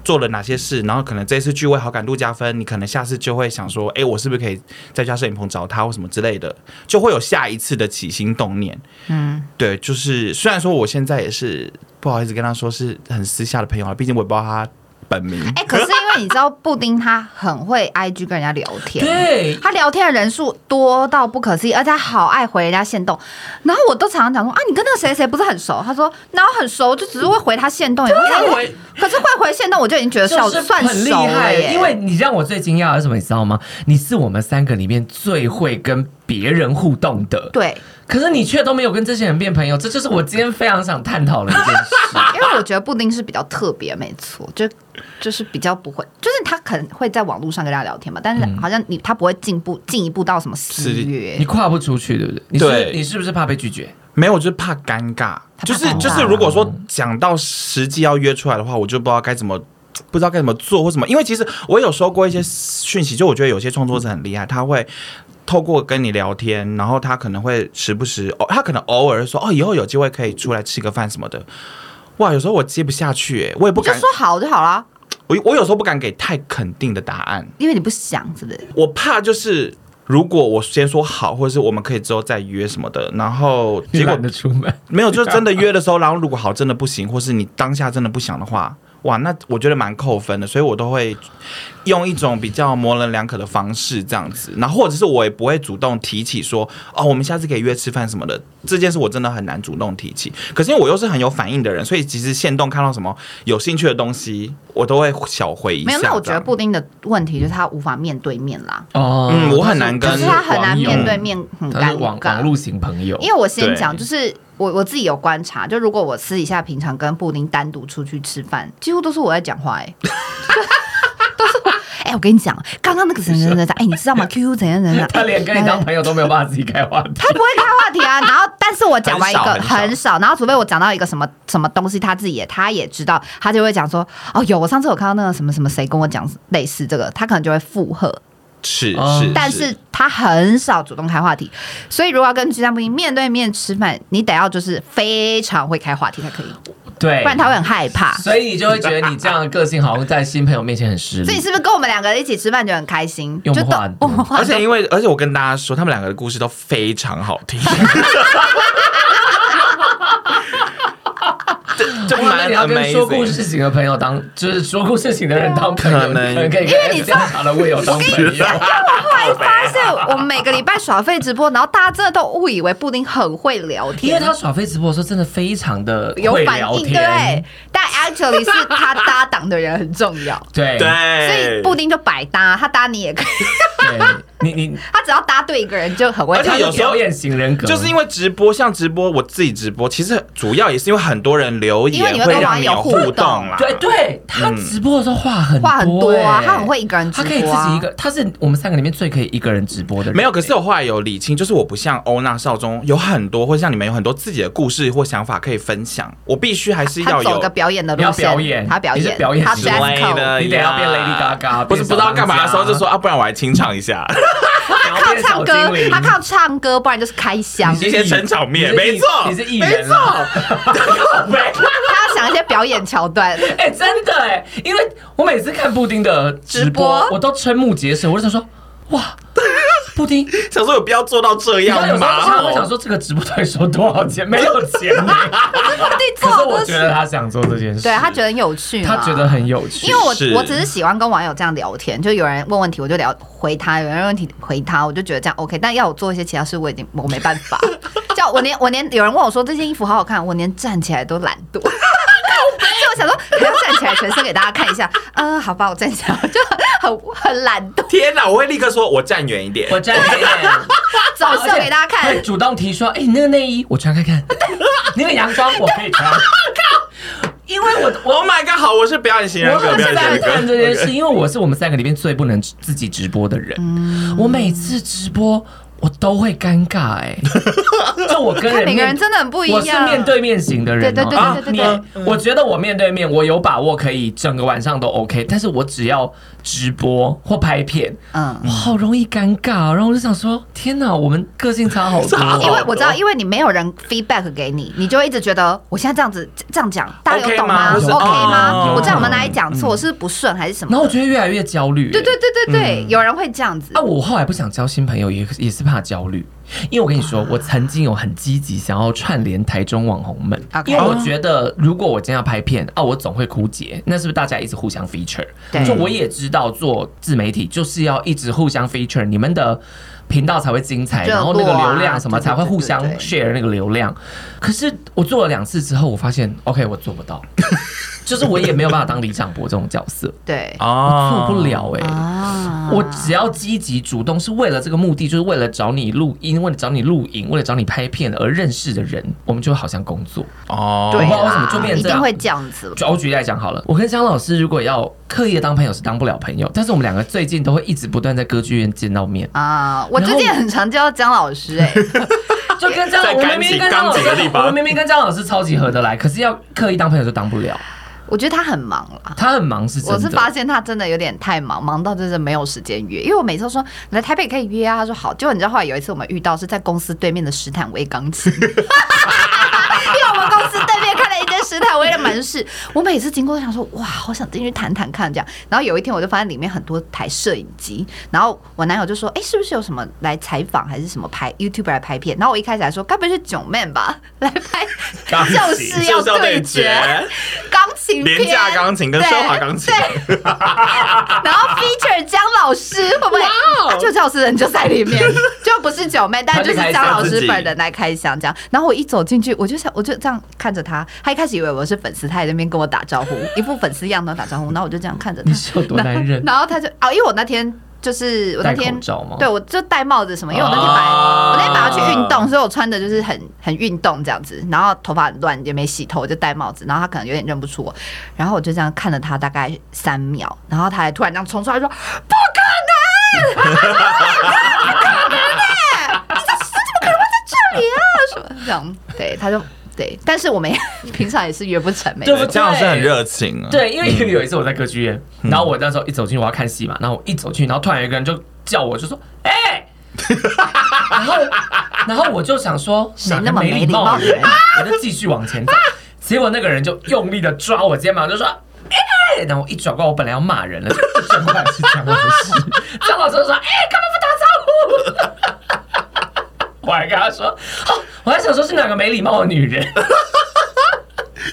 Speaker 3: 做了哪些事，然后可能这次聚会好感度加分，你可能下次就会想说，哎、我是不是可以在家摄影棚找他或什么之类的，就会有下一次的起心动念。
Speaker 1: 嗯
Speaker 3: 对，就是虽然说我现在也是不好意思跟他说是很私下的朋友啊，毕竟我也不知道他本名。
Speaker 1: 哎、可是因为你知道布丁他很会 IG 跟人家聊天，
Speaker 2: 对
Speaker 1: 他聊天的人数多到不可思议，而且他好爱回人家线动。然后我都常常讲说啊，你跟那个谁谁不是很熟？他说哪有很熟，就只是会回他线动。然后
Speaker 2: 回
Speaker 1: 可是会回线动，我就已经觉得算
Speaker 2: 啊就是
Speaker 1: 算
Speaker 2: 很厉
Speaker 1: 熟了
Speaker 2: 害。
Speaker 1: 耶。
Speaker 2: 因为你让我最惊讶的是什么，你知道吗？你是我们三个里面最会跟别人互动的，
Speaker 1: 对，
Speaker 2: 可是你却都没有跟这些人变朋友，这就是我今天非常想探讨的一件事。
Speaker 1: 因为我觉得布丁是比较特别，没错，就就是比较不会，就是他可能会在网络上跟大家聊天嘛，但是好像你他不会进步进一步到什么私
Speaker 3: 是
Speaker 1: 约
Speaker 2: 嗯你。跨不出去，对不对？你是不是
Speaker 3: 对
Speaker 2: 你是不是怕被拒绝？
Speaker 3: 没有，我就是怕尴尬，
Speaker 1: 他怕
Speaker 3: 就是
Speaker 1: 尴尬哦
Speaker 3: 就是，如果说讲到实际要约出来的话，我就不知道该怎么。不知道该怎么做或什么，因为其实我有收过一些讯息，就我觉得有些创作者很厉害，他会透过跟你聊天，然后他可能会时不时，哦，他可能偶尔说，哦，以后有机会可以出来吃个饭什么的。哇，有时候我接不下去、欸，我也不
Speaker 1: 你就
Speaker 3: 敢，
Speaker 1: 说好就好啦，
Speaker 3: 我我有时候不敢给太肯定的答案，
Speaker 1: 因为你不想，是不是？
Speaker 3: 我怕就是如果我先说好，或者是我们可以之后再约什么的，然后结
Speaker 2: 结
Speaker 3: 果
Speaker 2: 果的出门，
Speaker 3: 没有，就是真的约的时候，然后如果好真的不行，或是你当下真的不想的话，哇，那我觉得蛮扣分的，所以我都会用一种比较模棱两可的方式这样子，然后或者是我也不会主动提起说哦，我们下次可以约吃饭什么的，这件事我真的很难主动提起。可是因为我又是很有反应的人，所以其实现动看到什么有兴趣的东西，我都会小回一下。
Speaker 1: 没有，那我
Speaker 3: 这
Speaker 1: 觉得
Speaker 3: 样
Speaker 1: 布丁的问题就是他无法面对面啦，
Speaker 2: 哦
Speaker 3: 嗯我很难跟
Speaker 1: 可是他很难面对，面，很
Speaker 2: 嗯他
Speaker 1: 尴
Speaker 2: 是网网
Speaker 1: 尬。
Speaker 2: 路型朋友，
Speaker 1: 因为我先讲，就
Speaker 3: 对
Speaker 1: 是我我自己有观察，就如果我私底下平常跟布丁单独出去吃饭，几乎都是我在讲话、欸， 哎，都是我。哎、我跟你讲，刚刚那个谁谁谁谁，哎、你知道吗？QQ 怎样怎样，
Speaker 2: 他连跟你当
Speaker 1: 哎
Speaker 2: 朋友都没有办法自己开话题。
Speaker 1: 他不会开话题 啊。然后，但是我讲完一个
Speaker 3: 很少很少
Speaker 1: 很少，然后除非我讲到一个什么什么东西，他自己也他也知道，他就会讲说，哦，有我上次有看到那个什么什么谁跟我讲类似这个，他可能就会附和。
Speaker 3: 是
Speaker 2: 哦
Speaker 3: 是，
Speaker 1: 但是他很少主动开话题，所以如果要跟鸡蛋布丁面对面吃饭，你得要就是非常会开话题才可以， 不
Speaker 2: 对，
Speaker 1: 然他会很害怕。
Speaker 2: 所以你就会觉得你这样的个性好像在新朋友面前很失
Speaker 1: 所以
Speaker 2: 礼。
Speaker 1: 是不是跟我们两个一起吃饭就很开心？
Speaker 2: 因
Speaker 1: 就
Speaker 2: 为我们话很
Speaker 1: 我
Speaker 2: 多
Speaker 1: 们话
Speaker 3: 而
Speaker 1: 很多
Speaker 3: 且因为而且我跟大家说，他们两个的故事都非常好听。 这这
Speaker 2: 哇那
Speaker 3: 蛮
Speaker 2: 你要跟说故
Speaker 3: amazing，
Speaker 2: 事型的朋友当，就是说故事型的人当朋友，
Speaker 3: 可能
Speaker 2: 你可能可以
Speaker 1: 因为
Speaker 2: 跟
Speaker 1: 你
Speaker 2: 正常的位友当朋友。
Speaker 1: 后来发现，我们每个礼拜耍废直播，然后大家真的都误以为布丁很会聊
Speaker 2: 因为
Speaker 1: 天，
Speaker 2: 他耍飞直播的时候，真的非常的
Speaker 1: 有
Speaker 2: 会
Speaker 1: 反
Speaker 2: 聊
Speaker 1: 应，对不
Speaker 2: 天
Speaker 1: 对，？但 actually 是他搭档的人很重 要，
Speaker 2: 对
Speaker 1: 所以
Speaker 3: 对，
Speaker 1: 布丁就百搭，他搭你也可以，
Speaker 2: 对，你你
Speaker 1: 他只要搭对一个人就很会
Speaker 3: 而且
Speaker 1: 聊天。
Speaker 2: 他有表演型人格，
Speaker 3: 就是因为直播，像直播我自己直播，其实主要也是因为很多人留
Speaker 1: 因为
Speaker 3: 言
Speaker 1: 你会
Speaker 3: 会
Speaker 1: 跟
Speaker 3: 让
Speaker 1: 网
Speaker 3: 你
Speaker 1: 友
Speaker 3: 有
Speaker 1: 互动
Speaker 3: 互
Speaker 1: 啊
Speaker 3: 动啦，
Speaker 2: 对对，
Speaker 3: 嗯
Speaker 2: 他直播的时候话很
Speaker 1: 话很多
Speaker 2: 多
Speaker 1: 啊，
Speaker 2: 欸
Speaker 1: 他很会一个人直
Speaker 2: 他可以
Speaker 1: 播
Speaker 2: 自
Speaker 1: 啊，
Speaker 2: 己一个，他是我们三个里面最可以一个人直播的人。
Speaker 3: 没有，可是我后来有理清，就是我不像欧娜、少中有很多，或像你们有很多自己的故事或想法可以分享，我必须还是
Speaker 1: 他
Speaker 3: 要
Speaker 1: 走
Speaker 3: 有
Speaker 1: 个表演的路
Speaker 2: 你要
Speaker 1: 线，
Speaker 2: 表演
Speaker 1: 他表
Speaker 2: 你
Speaker 1: 演，
Speaker 2: 是表演
Speaker 1: 他
Speaker 2: 之
Speaker 1: dress
Speaker 3: 类
Speaker 1: code，
Speaker 3: 的呀，
Speaker 2: 你等下变 Lady Gaga，
Speaker 3: 不是
Speaker 2: 变
Speaker 3: 不知道干嘛的时候就
Speaker 2: 小
Speaker 3: 说啊，不然我来清唱一下，
Speaker 2: 然后
Speaker 1: 靠
Speaker 2: 变
Speaker 1: 唱
Speaker 2: 小
Speaker 1: 歌
Speaker 2: 精灵，
Speaker 1: 他靠唱歌，不然就是开箱，
Speaker 2: 你
Speaker 3: 一
Speaker 2: 是
Speaker 3: 些撑场面，
Speaker 2: 你是艺
Speaker 3: 没错，
Speaker 2: 你是艺
Speaker 3: 没
Speaker 2: 人
Speaker 3: 错
Speaker 2: 啊，
Speaker 1: 他要想一些表演桥段。
Speaker 2: 哎、真的哎、因为我每次看布丁的直
Speaker 1: 直
Speaker 2: 播，
Speaker 1: 播
Speaker 2: 我都瞠目结舌，我就想说， 哇，布丁，你
Speaker 3: 想说有必要做到这
Speaker 2: 知道有
Speaker 3: 样
Speaker 2: 时候看我想
Speaker 3: 吗？
Speaker 2: 说这个直播到底收多少钱？没有钱、欸，
Speaker 1: 他对
Speaker 2: 可
Speaker 1: 做
Speaker 2: 是
Speaker 1: 好
Speaker 2: 我
Speaker 1: 多
Speaker 2: 觉得
Speaker 1: 事，
Speaker 2: 他想做这件事，啊
Speaker 1: 对他觉得很有趣嘛，
Speaker 2: 他觉得。很有趣，
Speaker 1: 因为我
Speaker 3: 是
Speaker 1: 我只是喜欢跟网友这样聊天，就有人问问题我就聊回他，有人问问题回他，我就觉得这样 OK。但要我做一些其他事，我已经我没办 法。叫我连我连有人问我说这件衣服好好看，我连站起来都懒 惰。就我想说，还要站起来全身给大家看一下。嗯、好吧，我站起来，我就很很懒惰，
Speaker 3: 天哪，我会立刻说，我站远一点。
Speaker 2: 我站起来。
Speaker 1: 走秀给大家看
Speaker 2: 会。主动提说，哎、你那个内衣我穿 看看，那个洋装我可以穿。因为我我
Speaker 3: Oh my god，好，我是表演型人
Speaker 2: 我
Speaker 3: 格，
Speaker 2: 很
Speaker 3: 表
Speaker 2: 现在
Speaker 3: 演型
Speaker 2: 看
Speaker 3: 人
Speaker 2: 这
Speaker 3: 格。
Speaker 2: 件事，因为我是我们三个里面最不能自己直播的人。我每次直播我都会尴尬 哎、就我跟
Speaker 1: 看
Speaker 2: 人
Speaker 1: 每个人
Speaker 2: 面。
Speaker 1: 真的很不一
Speaker 2: 我是
Speaker 1: 样。
Speaker 2: 面对面型的人、哦，
Speaker 1: 对对对
Speaker 2: 啊
Speaker 1: 对对对
Speaker 2: 你我觉得我面对面，我有把握可以整个晚上都 OK，但是我只要直播或拍片，
Speaker 1: 嗯
Speaker 2: 我，好容易尴尬、哦。然后我就想说，天哪，我们个性差好多哦、
Speaker 1: 因为我知道，因为你没有人 feedback 给你，你就会一直觉得我现在这样子这样讲，大家有
Speaker 3: OK
Speaker 1: 懂
Speaker 3: 吗
Speaker 2: 或者
Speaker 1: OK
Speaker 2: 哦
Speaker 1: 吗？我这样有没有
Speaker 2: 有
Speaker 1: 哪里讲错？是不是不顺还是什么
Speaker 2: 嗯然后我
Speaker 1: 的？
Speaker 2: 觉得越来越焦虑、
Speaker 1: 对对。对对对，有人会这样子
Speaker 2: 啊，。我后来不想交新朋友也，也是怕焦虑，因为我跟你
Speaker 1: 啊
Speaker 2: 说，我曾经有很积极想要串联台中网红们
Speaker 1: OK
Speaker 2: 因为我觉得如果我真要拍片啊，我总会枯竭，那是不是大家一直互相 feature？
Speaker 1: 对
Speaker 2: 就我也知道做自媒体就是要一直互相 feature，你们的频道才会精彩，
Speaker 1: 热络啊
Speaker 2: 然后那个流量什么
Speaker 1: 对对
Speaker 2: 才会互相
Speaker 1: 对对
Speaker 2: share 那个流量。可是我做了两次之后，我发现 OK，我做不到， 就是我也没有办法当李长博这种角色，
Speaker 1: 对
Speaker 3: 哦
Speaker 2: 做不。了哎、
Speaker 1: 啊
Speaker 2: 我只要积极主动，是为了这个目的，就是为了找你录音，为了找你录影，为了找你拍片而认识的人，我们就好像工作。
Speaker 3: 哦，
Speaker 1: 对
Speaker 2: 我不知道为什么就
Speaker 1: 啦，
Speaker 2: 变
Speaker 1: 一
Speaker 2: 这样
Speaker 1: 定会这样子。，
Speaker 2: 啊就我举例来讲好了，我跟江老师如果要刻意的当朋友是当不了朋友，但是我们两个最近都会一直不断在歌剧院见到面
Speaker 1: 啊！我
Speaker 2: 然
Speaker 1: 最
Speaker 2: 后
Speaker 1: 近很常叫姜老师哎，
Speaker 2: 就跟江，
Speaker 3: 在
Speaker 2: 我
Speaker 3: 钢琴
Speaker 2: 明明跟江老师
Speaker 3: 钢琴的地，方
Speaker 2: 我明明跟江老师超级合得来，可是要刻意当朋友就当不了。
Speaker 1: 我觉得他很忙啊啦。
Speaker 2: 他很忙是真的，
Speaker 1: 我是发现他真的有点太忙，忙到真的没有时间约。因为我每次都说你来台北可以约啊，他说好。结果你知道后来有一次我们遇到是在公司对面的石坦威钢 琴，因为我们公司对面开了一间石坦威的门市，我每次经过都想说哇，好想进去谈谈看这样。然后有一天我就发现里面很多台摄影机，然后我男友就说哎、是不是有什么来采访还是什么拍 YouTube 来拍片？然后我一开始还说该不会是囧妹吧来拍，
Speaker 3: 钢琴
Speaker 1: 就是要
Speaker 3: 就是要对
Speaker 1: 对决
Speaker 3: 决
Speaker 1: 钢琴片
Speaker 3: 廉价钢琴跟
Speaker 1: 对
Speaker 3: 奢华钢琴，
Speaker 1: 然后 feature 江老师会不会？啊就教师人就在里面，就不是九妹，但就是江老师本人来开箱这样。然后我一走进去，我就想，我就这样看着他，他一开始以为我是粉丝，他也在那边跟我打招呼，一副粉丝样的打招呼。然后我就这样看着他
Speaker 2: 你，是有多难 忍？
Speaker 1: 然后他就啊，因为我那天就是我那
Speaker 2: 戴
Speaker 1: 天
Speaker 2: 口罩吗？
Speaker 1: 对，我就戴帽子什么，因为我那天本来、
Speaker 2: 哦
Speaker 1: 我那天本来要去运动，所以我穿的就是很很运动这样子，然后头发很乱，也没洗头，我就戴帽子，然后他可能有点认不出我，然后我就这样看了他大概三秒，然后他还突然这样冲出来说：“不可能，啊不可能欸你这这怎么可能会在这里啊？”什么这样？对，他就对，但是我们也 平常也是约不成，没
Speaker 2: 对
Speaker 1: 有
Speaker 2: 不
Speaker 3: 江老师很热情啊。，
Speaker 2: 对，因为有一次我在歌剧院，然后我那时候一走进去我要看戏嘛，然后我一走进去，然后突然有一个人就叫我，就说：“哎、然后然后我就想说，
Speaker 1: 谁
Speaker 2: 哪个
Speaker 1: 那么
Speaker 2: 没
Speaker 1: 没
Speaker 2: 礼
Speaker 1: 礼
Speaker 2: 貌
Speaker 1: 貌
Speaker 2: 的
Speaker 1: 的
Speaker 2: 人
Speaker 1: 人？
Speaker 2: 我就继续往前走，结果那个人就用力的抓我肩膀，就说。哎，然后我一转过来，我本来要骂人了，就转过来是江老师，江老师就说：“哎、干嘛不打招呼？”我还跟他说：“哦，我还想说是哪个没礼貌的女人。”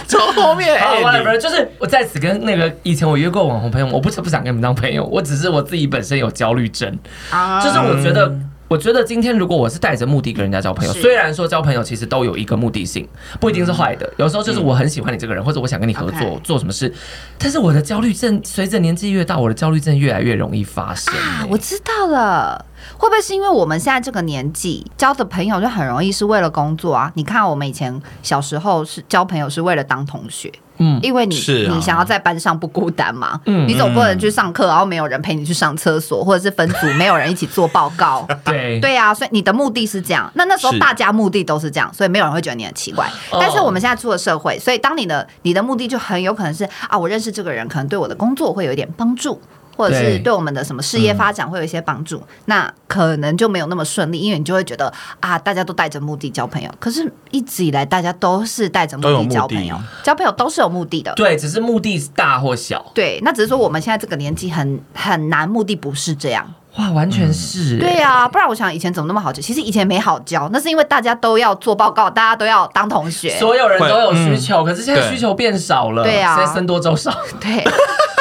Speaker 3: 从后面
Speaker 2: 好
Speaker 3: 哎，
Speaker 2: ，whatever，
Speaker 3: 你
Speaker 2: 就是我在此跟那个以前我约过网红朋友，我不是不想跟你们当朋友，我只是我自己本身有焦虑症，
Speaker 1: 啊
Speaker 2: 就是我觉得。我觉得今天如果我是带着目的跟人家交朋友，
Speaker 1: 是
Speaker 2: 虽然说交朋友其实都有一个目的性，不一定是坏的。有时候就是我很喜欢你这个人，或者我想跟你合作
Speaker 1: 嗯 OK
Speaker 2: 做什么事，但是我的焦虑症随着年纪越大，我的焦虑症越来越容易发生
Speaker 1: 啊
Speaker 2: 欸。
Speaker 1: 我知道了，会不会是因为我们现在这个年纪交的朋友就很容易是为了工作啊？你看我们以前小时候是交朋友是为了当同学，
Speaker 2: 嗯
Speaker 1: 因为你、
Speaker 3: 是啊
Speaker 1: 你想要在班上不孤单嘛，
Speaker 2: 嗯
Speaker 1: 你总不能去上课，然后没有人陪你去上厕所，或者是分组没有人一起做报告。
Speaker 2: 对
Speaker 1: 对啊，所以你的目的是这样。那那时候
Speaker 3: 是
Speaker 1: 大家目的都是这样，所以没有人会觉得你很奇怪。
Speaker 2: 哦
Speaker 1: 但是我们现在出了社会，所以当你的你的目的就很有可能是啊，我认识这个人，可能对我的工作会有一点帮助。或者
Speaker 2: 对
Speaker 1: 是对我们的什么事业
Speaker 3: 嗯
Speaker 1: 发展会有一些帮助，那可能就没有那么顺利，因为你就会觉得啊，大家都带着目的交朋友。可是，一直以来大家都是带着目
Speaker 3: 都有
Speaker 1: 的
Speaker 3: 目的
Speaker 1: 交朋友，交朋友都是有目的的。
Speaker 2: 对，只是目的是大或小。
Speaker 1: 对，那只是说我们现在这个年纪很很难，目的不是这样。
Speaker 2: 哇，完全是欸。
Speaker 1: 对啊，不然我想以前怎么那么好教？其实以前没好教，那是因为大家都要做报告，大家都要当同学。
Speaker 2: 所有人都有需求，可是现在
Speaker 3: 对
Speaker 2: 需求变少了，
Speaker 1: 嗯对啊
Speaker 2: 现在僧多粥少。
Speaker 1: 对，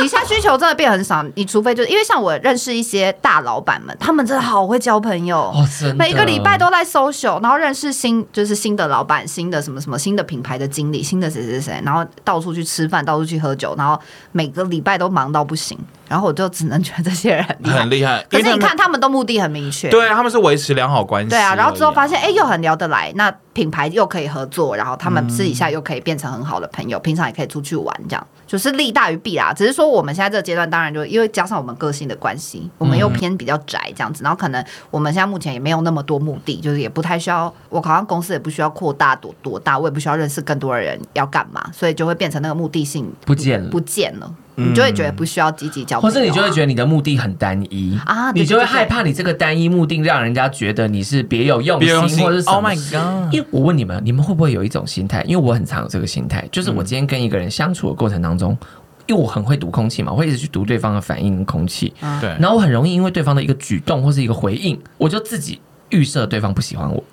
Speaker 1: 你现在需求真的变很少，你除非就是因为像我认识一些大老板们，他们真的好会交朋友。
Speaker 2: 哦，真的
Speaker 1: 每个礼拜都在 social，然后认识新就是新的老板、新的什么什么、新的品牌的经理、新的谁谁谁，然后到处去吃饭、到处去喝酒，然后每个礼拜都忙到不行，然后我就只能觉得这些人很厉害。
Speaker 3: 很厉害，
Speaker 1: 可
Speaker 3: 因
Speaker 1: 是
Speaker 3: 为他
Speaker 1: 你
Speaker 3: 们
Speaker 1: 看，他们都目的很明确。
Speaker 3: 对啊他们是维持良好关系而已啊。
Speaker 1: 对啊，然后之后发现，哎、又很聊得来，那品牌又可以合作，然后他们私底下又可以变成很好的朋友，平常也可以出去玩，这样就是利大于弊啦。只是说我们现在这个阶段，当然就因为加上我们个性的关
Speaker 3: 嗯
Speaker 1: 系，我们又偏比较宅这样子，然后可能我们现在目前也没有那么多目的，就是也不太需要，我好像公司也不需要扩大多多大，我也不需要认识更多的人要干嘛，所以就会变成那个目的性
Speaker 2: 不见了
Speaker 1: 不见了，
Speaker 3: 嗯
Speaker 1: 你就会觉得不需要积极交朋友
Speaker 2: 或
Speaker 1: 啊、
Speaker 2: 是你就会觉得你的目的很单一
Speaker 1: 啊对
Speaker 2: 你就会
Speaker 1: 对对对
Speaker 2: 害怕你这个单一目的让人家觉得你是别有用
Speaker 3: 别用
Speaker 2: 心，
Speaker 3: 心
Speaker 2: 或者是什
Speaker 3: ，Oh
Speaker 2: 么
Speaker 3: my god，嗯
Speaker 2: 因为我问你们，你们会不会有一种心态？因为我很常有这个心态，就是我今天跟一个人相处的过程当中，因为我很会读空气嘛，我会一直去读对方的反应跟空气，
Speaker 1: 嗯
Speaker 3: 对，
Speaker 2: 然后我很容易因为对方的一个举动或是一个回应，我就自己预设对方不喜欢我。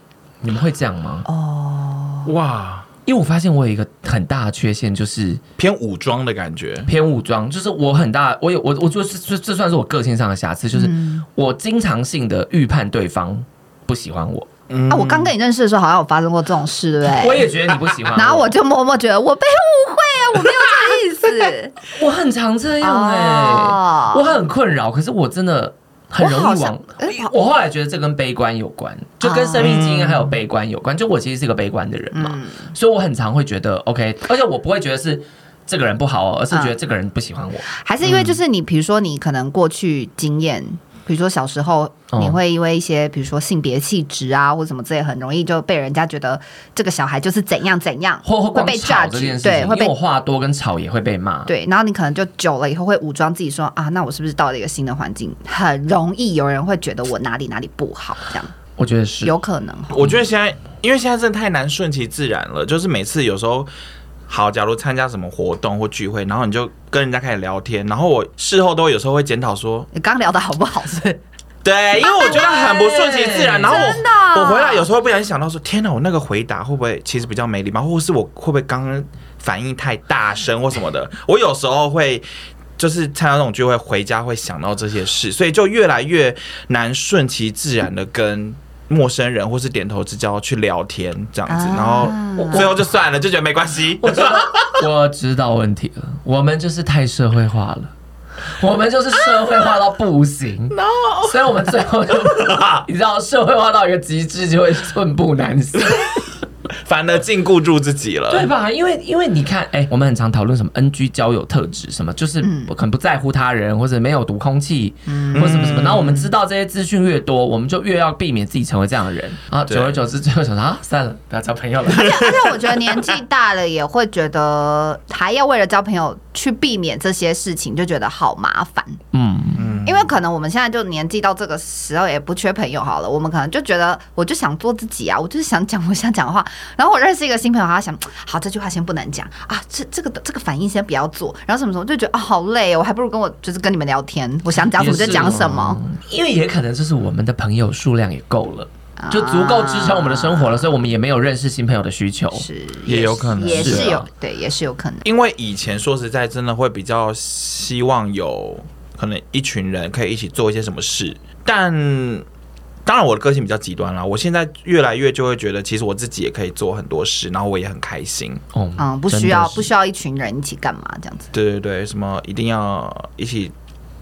Speaker 2: 你们会这样吗？
Speaker 1: 哦
Speaker 3: 哇，
Speaker 2: 因为我发现我有一个很大的缺陷，就是
Speaker 3: 偏武装的感觉，
Speaker 2: 偏武装，就是我很大，我有我我就是这这算是我个性上的瑕疵，就是
Speaker 1: 嗯
Speaker 2: 我经常性的预判对方不喜欢我，
Speaker 3: 嗯
Speaker 1: 啊，我刚跟你认识的时候，好像有发生过这种事，对不对？
Speaker 2: 我也觉得你不喜欢
Speaker 1: 然后哎我就默默觉得我被误会，啊我没有这个意思。
Speaker 2: 我很常这样 哎、
Speaker 1: 哦
Speaker 2: 我很困扰，可是我真的。很容
Speaker 1: 我好
Speaker 2: 易
Speaker 1: 像
Speaker 2: 往
Speaker 1: 哎好
Speaker 2: 我后来觉得这跟悲观有关，就跟生命经验还有悲观有
Speaker 1: 嗯
Speaker 2: 关。就我其实是个悲观的人嘛，所以我很常会觉得 OK，而且我不会觉得是
Speaker 1: 嗯
Speaker 2: 这个人不好哦，而是觉得这个人不喜欢我。
Speaker 1: 还是因为就是你，比如说你可能过去经验比如说小时候
Speaker 2: 哦
Speaker 1: 你会因为一些比如说性别气质啊或什么之类，很容易就被人家觉得这个小孩就是怎样怎样，
Speaker 2: 或或
Speaker 1: 会
Speaker 2: 光
Speaker 1: 被
Speaker 2: 吵这件
Speaker 1: judge，
Speaker 2: 事情，
Speaker 1: 对，
Speaker 2: 因
Speaker 1: 会
Speaker 2: 为
Speaker 1: 被
Speaker 2: 我话多跟吵也会被骂。
Speaker 1: 对，然后你可能就久了以后会武装自己说啊，那我是不是到了一个新的环境，很容易有人会觉得我哪里哪里不好，这样
Speaker 2: 我觉得是
Speaker 1: 有可能哦。
Speaker 3: 我觉得现在，因为现在真的太难顺其自然了，就是每次有时候。好，假如参加什么活动或聚会，然后你就跟人家开始聊天，然后我事后都有时候会检讨说，
Speaker 1: 你刚聊的好不好是不是？
Speaker 3: 对，因为我觉得很不顺其自然，然后
Speaker 1: 啊真的
Speaker 3: 我我回来有时候不小心想到说，天哪，我那个回答会不会其实比较没礼貌，或是我会不会刚刚反应太大声或什么的？我有时候会。就是参加这种聚会，回家会想到这些事，所以就越来越难顺其自然的跟陌生人或是点头之交去聊天这样子，
Speaker 1: 啊
Speaker 3: 然后最后就算了，就觉得没关系。
Speaker 2: 我知道问题了，我们就是太社会化了，我们就是社会化到不行。no，所以我们最后就你知道，社会化到一个极致就会寸步难行，
Speaker 3: 反而禁锢住自己
Speaker 2: 对
Speaker 3: 了。
Speaker 2: 吧？因为因为你看，哎、我们很常讨论什么 NG 交友特质，什么就是不很不在乎他人，或者没有读空气，或什么什么。然后我们知道这些资讯越多，我们就越要避免自己成为这样的人。啊，
Speaker 3: 对
Speaker 2: 久而久之，最后想说啊，算了，不要交朋友了。
Speaker 1: 而且我觉得年纪大了也会觉得，还要为了交朋友去避免这些事情，就觉得好麻烦。
Speaker 2: 嗯，
Speaker 1: 因为可能我们现在就年纪到这个时候，也不缺朋友好了。我们可能就觉得，我就想做自己啊，我就是想讲我想讲的话。 然后我认识一个新朋友，他想，好这句话先不能讲啊，这这个这个反应先不要做。然后什么什么就觉得啊、好累哦，我还不如跟我就是跟你们聊天，我想讲什么就讲什么。
Speaker 2: 因为也可能就是我们的朋友数量也够了。
Speaker 1: 啊
Speaker 2: 就足够支撑我们的生活了，所以我们也没有认识新朋友的需求。
Speaker 1: 是
Speaker 3: 嗯也有可能
Speaker 1: 也
Speaker 2: 是
Speaker 1: 是
Speaker 2: 啊
Speaker 1: 有对，也是有可能。
Speaker 3: 因为以前说实在，真的会比较希望有可能一群人可以一起做一些什么事，但当然我的个性比较极端啦，我现在越来越就会觉得，其实我自己也可以做很多事，然后我也很开心。
Speaker 2: 哦
Speaker 1: 嗯，不需要不
Speaker 2: 需
Speaker 1: 需要一群人一起干嘛这样子。
Speaker 3: 对对对，什么一定要一起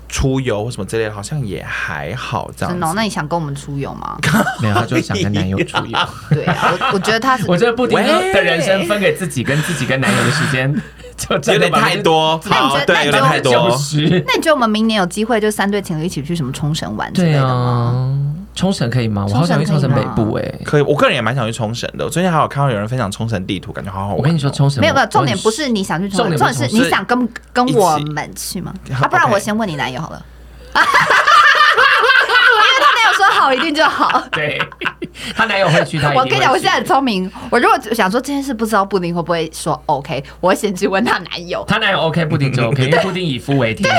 Speaker 3: 出游或什么之类的，好像也还好这样
Speaker 1: 真的哦、
Speaker 3: 子。
Speaker 1: 那你想跟我们出游 吗？
Speaker 2: 要，没有，他就想跟男友出 游。
Speaker 1: 对啊，我我觉得他是
Speaker 2: 我觉得布丁
Speaker 3: 喂
Speaker 2: 的人生分给自己跟自己跟男友的时间，就
Speaker 3: 有
Speaker 2: 真的
Speaker 3: 点太多，
Speaker 1: 那你
Speaker 3: 好，
Speaker 1: 真
Speaker 3: 对
Speaker 1: 那，你
Speaker 3: 有点
Speaker 1: 就
Speaker 3: 太
Speaker 2: 九
Speaker 3: 多。
Speaker 2: 十。
Speaker 1: 那你觉得我们明年有机会就三对情侣一起去什么冲绳玩之类
Speaker 2: 对
Speaker 1: 的吗？
Speaker 2: 啊，冲绳可以吗？我好想去冲绳北部哎、
Speaker 3: 可以，我个人也蛮想去冲绳的。我最近还有看到有人分享冲绳地图，感觉好好玩哦。
Speaker 2: 我跟你说，冲绳
Speaker 1: 没有没有，
Speaker 2: 我
Speaker 1: 重点不是你想去冲绳，
Speaker 2: 重点
Speaker 1: 重
Speaker 2: 不
Speaker 1: 点
Speaker 2: 是
Speaker 1: 是
Speaker 3: 冲
Speaker 1: 你
Speaker 3: 绳
Speaker 1: 想跟跟我们去吗
Speaker 3: 一？起
Speaker 1: 啊，不然
Speaker 3: OK
Speaker 1: 我先问你男友好了， 因为他男友说好一定就好。
Speaker 2: 对， 她男友会去，她一定
Speaker 1: 我
Speaker 2: 会
Speaker 1: 跟你讲，我
Speaker 2: 去
Speaker 1: 现在很聪明。我如果想说这件事不知道布丁会不会说 OK，我会先去问她男 友。
Speaker 2: 她男友 OK，布丁就 OK，因为布丁以夫为天。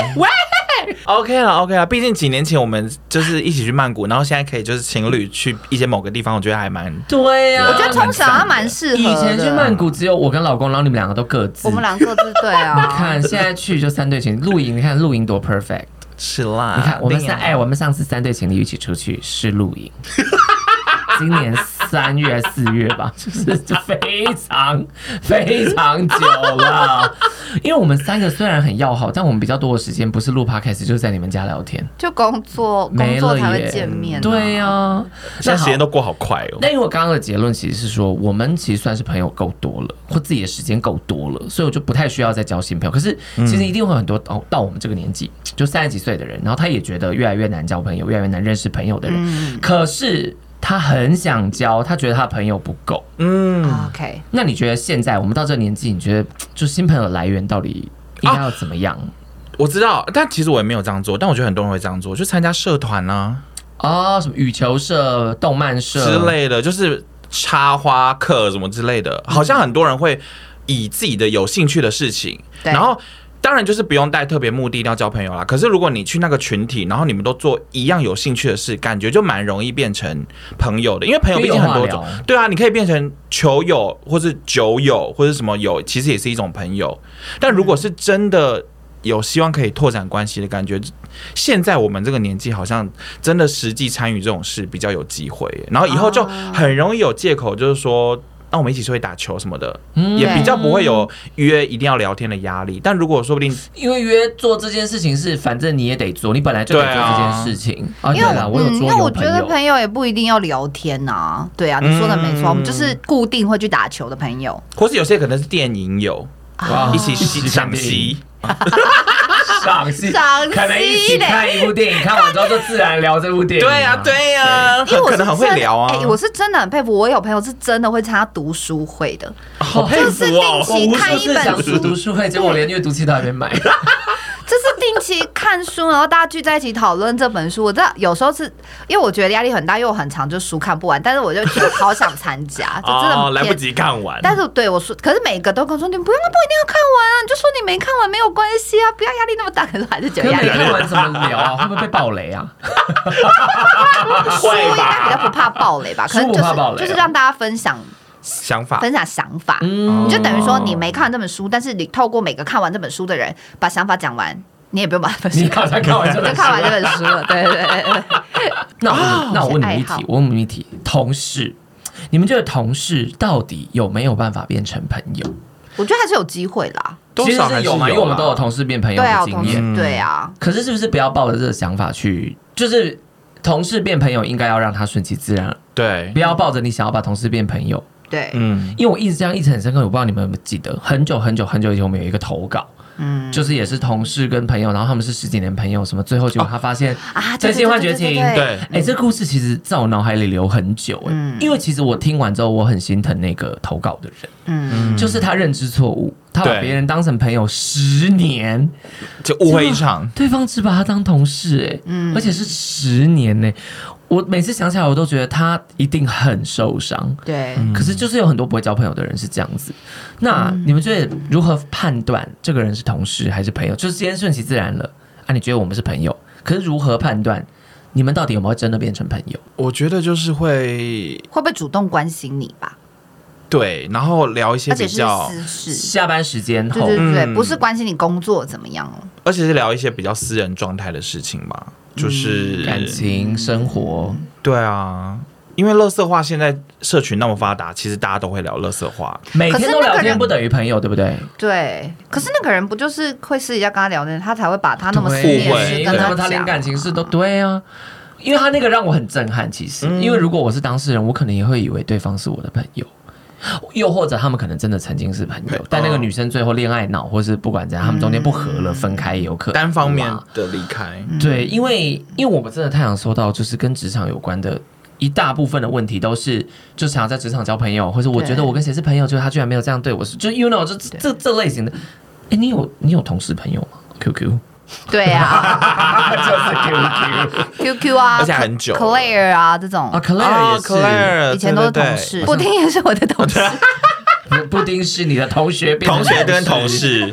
Speaker 3: OK 了，OK 了，毕竟几年前我们就是一起去曼谷，然后现在可以就是情侣去一些某个地方，我觉得还蛮
Speaker 2: 对啊呀、
Speaker 1: 我觉得冲绳好像
Speaker 3: 蛮
Speaker 1: 蛮适合
Speaker 2: 以
Speaker 1: 的。
Speaker 2: 前去曼谷只有我跟老公，然后你们两个都各自。
Speaker 1: 我们两个是对
Speaker 2: 你
Speaker 1: 啊，
Speaker 2: 看现在去就三对情侣露营，你看露营多 perfect。
Speaker 3: 是
Speaker 1: 啊
Speaker 3: 啦。
Speaker 2: 你看，我们
Speaker 3: 一定啊
Speaker 2: 上
Speaker 3: 要
Speaker 2: 哎，我们上次三对情侣一起出去是露 营，今年三月四月吧，就是非常非常久了。因为我们三个虽然很要好，但我们比较多的时间不是录 podcast，就是在你们家聊天。
Speaker 1: 就工作工
Speaker 2: 没
Speaker 1: 作
Speaker 2: 了
Speaker 1: 才会
Speaker 2: 耶
Speaker 1: 见面啊。
Speaker 2: 对呀、那
Speaker 3: 现在时
Speaker 2: 好
Speaker 3: 间。都过好快哦
Speaker 2: 那。因为我刚刚的结论其实是说，我们其实算是朋友够多了，或自己的时间够多了，所以我就不太需要再交新朋友。可是
Speaker 3: 嗯
Speaker 2: 其实一定会有很多哦到到我们这个年纪，就三十几岁的人，然后他也觉得越来越难交朋友，越来越难认识朋友的
Speaker 3: 嗯
Speaker 2: 人，
Speaker 1: 嗯
Speaker 2: 可是他很想交，他觉得他的朋友不够。
Speaker 3: 嗯，
Speaker 1: ，OK。
Speaker 2: 那你觉得现在我们到这个年纪，你觉得就新朋友的来源到底应该要怎么样？
Speaker 3: 我知道，但其实我也没有这样做，但我觉得很多人会这样做，就参加社团啊
Speaker 2: 哦，什么羽球社、动漫社
Speaker 3: 之，类的，就是插花课什么之类的，好像很多人会以自己的有兴趣的事情，
Speaker 1: 对
Speaker 3: 然后。当然就是不用带特别目的，一定要交朋友啦。可是如果你去那个群体，然后你们都做一样有兴趣的事，感觉就蛮容易变成朋友的，因为朋友
Speaker 2: 因为
Speaker 3: 毕竟
Speaker 2: 有
Speaker 3: 很
Speaker 2: 话
Speaker 3: 多
Speaker 2: 聊
Speaker 3: 种。对啊，你可以变成球友，或是酒友，或是什么友，其实也是一种朋友。但如果是真的有希望可以拓展关系的感觉，现在我们这个年纪好像真的实际参与这种事比较有机会耶，然后以后就很容易有借口，就是说。那我们一起出去打球什么的，
Speaker 2: 嗯
Speaker 3: 也比较
Speaker 1: 啊
Speaker 3: 不会有约一定要聊天的压力。但如果说不定
Speaker 2: 因为约做这件事情是，反正你也得做，你本来就得
Speaker 3: 对
Speaker 2: 做
Speaker 3: 啊
Speaker 2: 这件事情。啊，
Speaker 1: 因
Speaker 2: 对
Speaker 1: 为
Speaker 2: 啦，
Speaker 1: 我
Speaker 2: 我有
Speaker 1: 嗯，因
Speaker 2: 桌
Speaker 1: 为我
Speaker 2: 游
Speaker 1: 觉
Speaker 2: 朋
Speaker 1: 得
Speaker 2: 友，
Speaker 1: 朋友也不一定要聊天呐、对啊，你说的没错，
Speaker 3: 嗯
Speaker 1: 我们就是固定会去打球的朋友。
Speaker 3: 或是有些可能是电影友，
Speaker 2: 哇
Speaker 3: 一起
Speaker 1: 啊
Speaker 2: 一起看
Speaker 3: 赏
Speaker 2: 电影
Speaker 3: 析，
Speaker 2: 赏析，
Speaker 1: 赏析
Speaker 2: 可能一起
Speaker 1: 嘞
Speaker 2: 看一部电影，看完之后就自然聊这部电影。啊
Speaker 3: 对呀、对呀、
Speaker 1: 因为
Speaker 3: 很
Speaker 1: 我
Speaker 3: 可
Speaker 1: 是
Speaker 3: 能很会
Speaker 1: 真
Speaker 3: 聊啊，
Speaker 1: 哎、我是真的很佩服，我有朋友是真的会参加读书会的，
Speaker 3: 好佩
Speaker 1: 就是
Speaker 3: 服
Speaker 1: 定
Speaker 3: 哦。
Speaker 1: 期看
Speaker 2: 我
Speaker 1: 一
Speaker 2: 是
Speaker 1: 本书
Speaker 2: 想说，读书会，结果我连阅读器都还没买。
Speaker 1: 这是定期看书，然后大家聚在一起讨论这本书。我知道有时候是因为我觉得压力很大，因为我很长就书看不完，但是我就觉得好想参 加，就真的、
Speaker 3: 哦，来不。及看完。
Speaker 1: 但是对我说，可是每个都跟我说，你不用，不一定要看完啊，你就说你没看完没有关系啊，不要压力那么大。可是我还是觉
Speaker 2: 可
Speaker 1: 得
Speaker 2: 是
Speaker 1: 压力
Speaker 2: 没看完怎么聊啊？会不会被爆雷啊？
Speaker 3: 啊
Speaker 1: 书应该比较不怕暴雷吧？可能就是
Speaker 2: 书不怕暴雷啊啊
Speaker 1: 就是让大家分享
Speaker 3: 想法
Speaker 1: 分享想法，
Speaker 2: 嗯
Speaker 1: 你就等于说你没看这本书，但是你透过每个看完这本书的人把想法讲完，你也不用把它分享
Speaker 2: 你。好像看完这
Speaker 1: 就
Speaker 2: 本书
Speaker 1: 看。完这本书了，对对对对。
Speaker 2: 那我问你那我问你们一
Speaker 1: 是爱好
Speaker 2: 题，我问你们一题，同事，你们觉得同事到底有没有办法变成朋友？
Speaker 1: 我觉得还是有机会啦。
Speaker 3: 多
Speaker 2: 其实
Speaker 3: 少还
Speaker 2: 是
Speaker 3: 是
Speaker 2: 有嘛，因为我们都有
Speaker 3: 啦
Speaker 2: 同事变朋友
Speaker 1: 对啊，
Speaker 2: 的
Speaker 1: 我
Speaker 2: 经
Speaker 1: 同
Speaker 2: 验
Speaker 1: 事。
Speaker 3: 嗯
Speaker 1: 对啊，
Speaker 2: 可是是不是不要抱着这个想法去，就是同事变朋友应该要让他顺其自然，
Speaker 3: 对
Speaker 2: 不，要抱着你想要把同事变朋友。
Speaker 1: 对，
Speaker 3: 嗯，
Speaker 2: 因为我一直这样一直很深刻，我不知道你们有没有记得，很久很久很久以前我们有一个投稿，
Speaker 1: 嗯，
Speaker 2: 就是也是同事跟朋友，然后他们是十几年朋友，什么最后结果他发现
Speaker 1: 啊，
Speaker 2: 真心话绝情
Speaker 3: 对
Speaker 2: 哎、这故事其实在我脑海里留很久、哎、
Speaker 1: 嗯
Speaker 2: 因为其实我听完之后，我很心疼那个投稿的人，
Speaker 1: 嗯，
Speaker 2: 就是他认知错误，他把
Speaker 3: 对
Speaker 2: 别人当成朋友十年，
Speaker 3: 就误会一场。
Speaker 2: 对方只把他当同事、哎，
Speaker 1: 嗯
Speaker 2: 而且是十年呢、哎我每次想起来，我都觉得他一定很受伤。
Speaker 1: 对，
Speaker 2: 可是就是有很多不会交朋友的人是这样子。那
Speaker 1: 嗯
Speaker 2: 你们觉得如何判断这个人是同事还是朋友？就是今天顺其自然了啊，你觉得我们是朋友，可是如何判断你们到底有没有真的变成朋友？
Speaker 3: 我觉得就是会
Speaker 1: 会不会主动关心你吧？
Speaker 3: 对，然后聊一些
Speaker 1: 而且
Speaker 3: 比
Speaker 1: 是
Speaker 3: 较，
Speaker 1: 私事，
Speaker 2: 下班时间
Speaker 1: 对
Speaker 2: 后
Speaker 1: 对，对对，
Speaker 3: 嗯
Speaker 1: 不是关心你工作怎么样哦。
Speaker 3: 而且是聊一些比较私人状态的事情吧，
Speaker 1: 嗯
Speaker 3: 就是
Speaker 2: 感情、生活，
Speaker 3: 对啊，因为乐色话现在社群那么发达，其实大家都会聊乐色话。
Speaker 2: 每
Speaker 1: 可
Speaker 2: 天
Speaker 1: 是
Speaker 2: 都
Speaker 1: 那个
Speaker 2: 聊
Speaker 1: 人
Speaker 2: 天不等于朋友，对不对？
Speaker 1: 对，可是那个人不就是会私底下跟他聊天，他才会把他那么私
Speaker 2: 对
Speaker 1: 密的事
Speaker 2: 因为
Speaker 1: 跟
Speaker 2: 什
Speaker 1: 讲。
Speaker 2: 么他连感情事都对啊。因为他那个让我很震撼，其
Speaker 1: 嗯
Speaker 2: 实，因为如果我是当事人，我可能也会以为对方是我的朋友，又或者他们可能真的曾经是朋友，但那个女生最后恋爱脑，或是不管怎样，他们中间不和了，分开也有可能
Speaker 3: 单方面
Speaker 2: 嘛
Speaker 3: 的离开，
Speaker 1: 嗯
Speaker 2: 对，因为因为我们真的太常收到，就是跟职场有关的一大部分的问题，都是就想要在职场交朋友，或者我觉
Speaker 1: 对
Speaker 2: 得我跟谁是朋友，就他居然没有这样对我，是就 you know 就这这这类型的。哎，你有你有同事朋友吗？QQ
Speaker 1: 对 啊
Speaker 2: 就是 QQ。
Speaker 1: ，QQ 啊，
Speaker 3: 而且很久
Speaker 1: Claire 啊这种
Speaker 2: 啊，，Claire 也是，
Speaker 1: 以前都是同事，布丁也是我的同 事。
Speaker 2: 布布丁是你的同学变
Speaker 3: 同
Speaker 2: 成
Speaker 3: 学跟 同，事，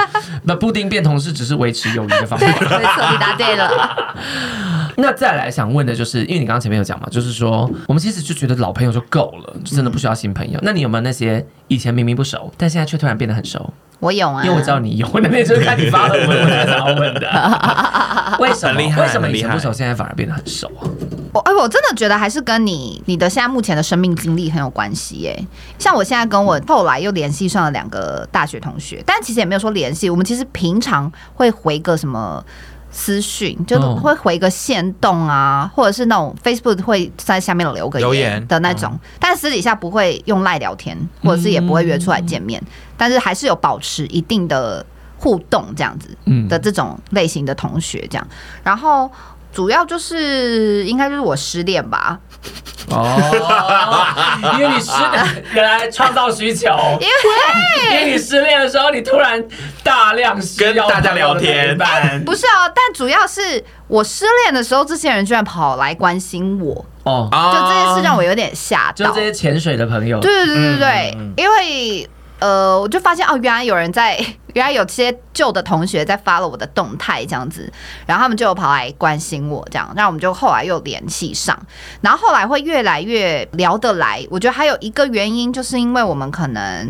Speaker 2: 那布丁变同事只是维持友谊的方
Speaker 1: 对，
Speaker 2: 法。
Speaker 1: 没错，你答对了。
Speaker 2: 那再来想问的就是，因为你刚刚前面有讲嘛，就是说我们其实就觉得老朋友就够了，就真的不需要新朋友。
Speaker 3: 嗯
Speaker 2: 那你有没有那些以前明明不熟，但现在却突然变得很熟？
Speaker 1: 我有啊，
Speaker 2: 因为我知道你有，那边就是看你发了文，我才想要问的。 为什
Speaker 3: 很
Speaker 2: 么
Speaker 3: 厉？害
Speaker 2: 为什么以前
Speaker 3: 很厉害
Speaker 2: 不熟，现在反而变得很熟啊？
Speaker 1: 我哎，我真的觉得还是跟你你的现在目前的生命经历很有关系耶。像我现在跟我后来又联系上了两个大学同学，但其实也没有说联系，我们其实平常会回个什么。私讯就是
Speaker 2: 嗯
Speaker 1: 会回个线动啊，或者是那种 Facebook 会在下面留个
Speaker 3: 留
Speaker 1: 言
Speaker 3: 言
Speaker 1: 的
Speaker 2: 嗯
Speaker 1: 那种，但私底下不会用赖聊天，或者是也不会约出来见
Speaker 2: 嗯
Speaker 1: 面，但是还是有保持一定的互动这样子。
Speaker 2: 嗯，
Speaker 1: 的这种类型的同学这样。然后主要就是应该就是我失恋吧，
Speaker 2: 哦，因为你失原来创造需求，因为因为你失恋的时候，你突然大量需要
Speaker 3: 跟大家聊天
Speaker 2: 朋友的陪伴
Speaker 1: 不是哦，但主要是我失恋的时候，这些人居然跑来关心我，
Speaker 2: 哦，
Speaker 1: 就
Speaker 3: 啊
Speaker 1: 这件事让我有点吓
Speaker 2: 就是
Speaker 1: 到。
Speaker 2: 这些潜水的朋友，
Speaker 1: 对对对对对，
Speaker 3: 嗯嗯嗯
Speaker 1: 因为呃，我就发现哦，原来有人在，原来有些旧的同学在发了我的动态这样子，然后他们就有跑来关心我这样，那我们就后来又联系上，然后后来会越来越聊得来。我觉得还有一个原因，就是因为我们可能。